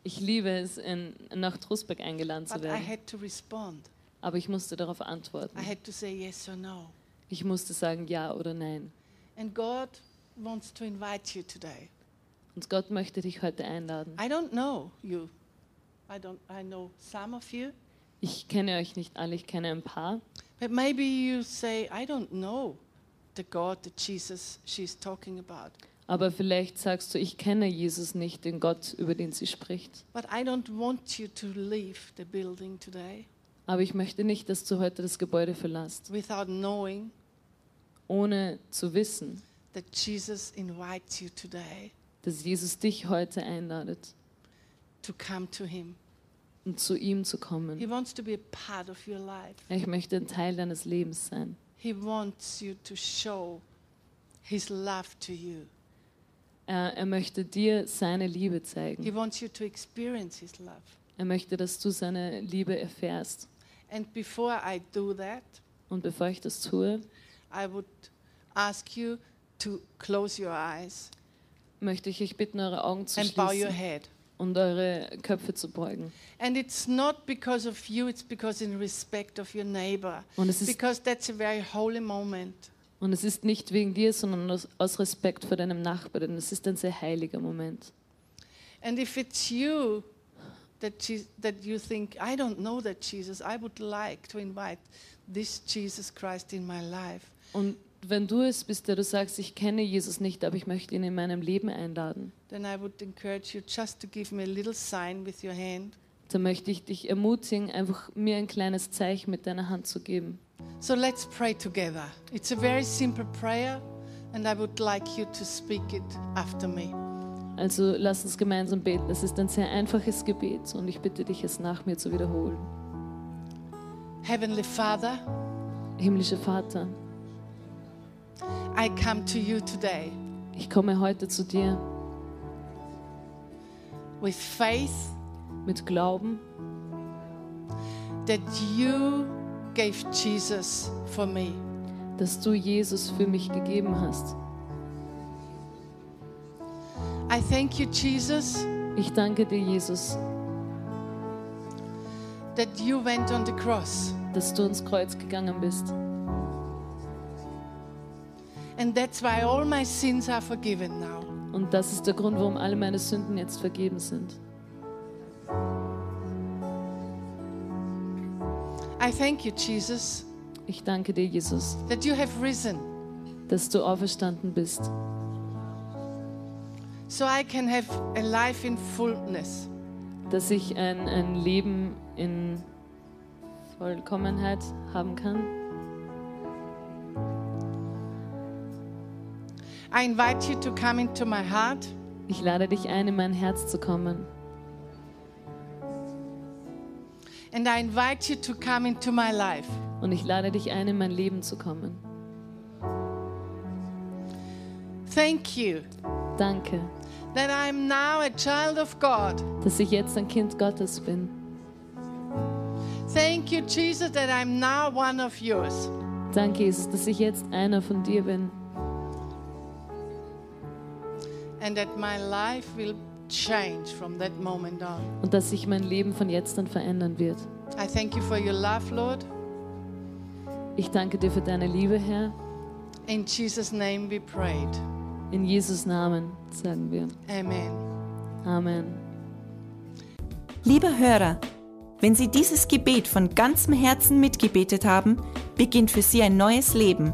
[SPEAKER 4] Ich liebe es, in, nach Trostberg eingeladen zu
[SPEAKER 3] but I
[SPEAKER 4] werden.
[SPEAKER 3] had to respond.
[SPEAKER 4] Aber ich musste darauf antworten.
[SPEAKER 3] I had to say yes or no.
[SPEAKER 4] Ich musste sagen ja oder nein.
[SPEAKER 3] And God wants to invite you today.
[SPEAKER 4] Und Gott möchte dich heute einladen.
[SPEAKER 3] I don't know you. I don't I know some of you,
[SPEAKER 4] Ich kenne euch nicht alle, ich kenne ein paar.
[SPEAKER 3] but maybe you say I don't know the God that Jesus she's talking about.
[SPEAKER 4] Aber vielleicht sagst du, ich kenne Jesus nicht, den Gott, über den sie spricht.
[SPEAKER 3] But I don't want you to leave the building today
[SPEAKER 4] Aber ich möchte nicht, dass du heute das Gebäude verlässt,
[SPEAKER 3] without knowing
[SPEAKER 4] ohne zu wissen,
[SPEAKER 3] that Jesus invites you today
[SPEAKER 4] dass Jesus dich heute einladet,
[SPEAKER 3] to come to him.
[SPEAKER 4] um zu ihm zu
[SPEAKER 3] He
[SPEAKER 4] kommen.
[SPEAKER 3] wants to be a part of your life.
[SPEAKER 4] Ich möchte ein Teil deines Lebens sein.
[SPEAKER 3] He wants you to show his love to you.
[SPEAKER 4] Er, er möchte dir seine Liebe
[SPEAKER 3] He
[SPEAKER 4] zeigen.
[SPEAKER 3] wants you to experience his love.
[SPEAKER 4] Er möchte, dass du seine Liebe erfährst.
[SPEAKER 3] And before I do that,
[SPEAKER 4] Und bevor ich das tue,
[SPEAKER 3] I would ask you to close your eyes
[SPEAKER 4] möchte ich euch bitten, eure Augen zu
[SPEAKER 3] and bow your
[SPEAKER 4] schließen
[SPEAKER 3] head.
[SPEAKER 4] und eure Köpfe zu beugen.
[SPEAKER 3] And it's not because of you, it's because in respect of your neighbor.
[SPEAKER 4] Und es ist,
[SPEAKER 3] Because that's a very holy moment.
[SPEAKER 4] und es ist nicht wegen dir, sondern aus, aus Respekt vor deinem Nachbarn, denn es ist ein sehr heiliger Moment.
[SPEAKER 3] And if it's you that, Je- that you think, I don't know that Jesus, I would like to invite this Jesus Christ in my life,
[SPEAKER 4] Und wenn du es bist, der du sagst, ich kenne Jesus nicht, aber ich möchte ihn in meinem Leben einladen,
[SPEAKER 3] then I would encourage you just to give me a little sign with your hand.
[SPEAKER 4] dann möchte ich dich ermutigen, einfach mir ein kleines Zeichen mit deiner Hand zu geben.
[SPEAKER 3] So let's pray together. It's a very simple prayer, and I would like you to speak it after me.
[SPEAKER 4] Also lass uns gemeinsam beten. Es ist ein sehr einfaches Gebet und ich bitte dich, es nach mir zu wiederholen.
[SPEAKER 3] Heavenly Father,
[SPEAKER 4] Himmlischer Vater,
[SPEAKER 3] I come to you today
[SPEAKER 4] ich komme heute zu dir
[SPEAKER 3] with faith
[SPEAKER 4] mit Glauben,
[SPEAKER 3] that you gave Jesus for me.
[SPEAKER 4] dass du Jesus für mich gegeben hast.
[SPEAKER 3] I thank you, Jesus,
[SPEAKER 4] Ich danke dir, Jesus,
[SPEAKER 3] that you went on the cross.
[SPEAKER 4] dass du ins Kreuz gegangen bist.
[SPEAKER 3] And that's why all my sins are forgiven now.
[SPEAKER 4] Und das ist der Grund, warum alle meine Sünden jetzt vergeben sind.
[SPEAKER 3] I thank you, Jesus,
[SPEAKER 4] Ich danke dir, Jesus,
[SPEAKER 3] that you have risen
[SPEAKER 4] dass du auferstanden bist,
[SPEAKER 3] so I can have a life in fullness.
[SPEAKER 4] dass ich ein, ein Leben in Vollkommenheit haben kann.
[SPEAKER 3] I invite you to come into my heart.
[SPEAKER 4] Ich lade dich ein, in mein Herz zu kommen.
[SPEAKER 3] And I invite you to come into my life.
[SPEAKER 4] Und ich lade dich ein, in mein Leben zu kommen.
[SPEAKER 3] Thank you
[SPEAKER 4] Danke,
[SPEAKER 3] that I am now a child of God.
[SPEAKER 4] dass ich jetzt ein Kind Gottes bin.
[SPEAKER 3] Thank you, Jesus, that I'm now one of yours.
[SPEAKER 4] Danke, Jesus, dass ich jetzt einer von dir bin.
[SPEAKER 3] And that my life will change from that moment on.
[SPEAKER 4] Und dass sich mein Leben von jetzt an verändern wird.
[SPEAKER 3] I thank you for your love, Lord.
[SPEAKER 4] Ich danke dir für deine Liebe, Herr.
[SPEAKER 3] In Jesus' name we prayed.
[SPEAKER 4] In Jesus Namen sagen wir
[SPEAKER 3] Amen.
[SPEAKER 4] Amen.
[SPEAKER 5] Lieber Hörer, wenn Sie dieses Gebet von ganzem Herzen mitgebetet haben, beginnt für Sie ein neues Leben.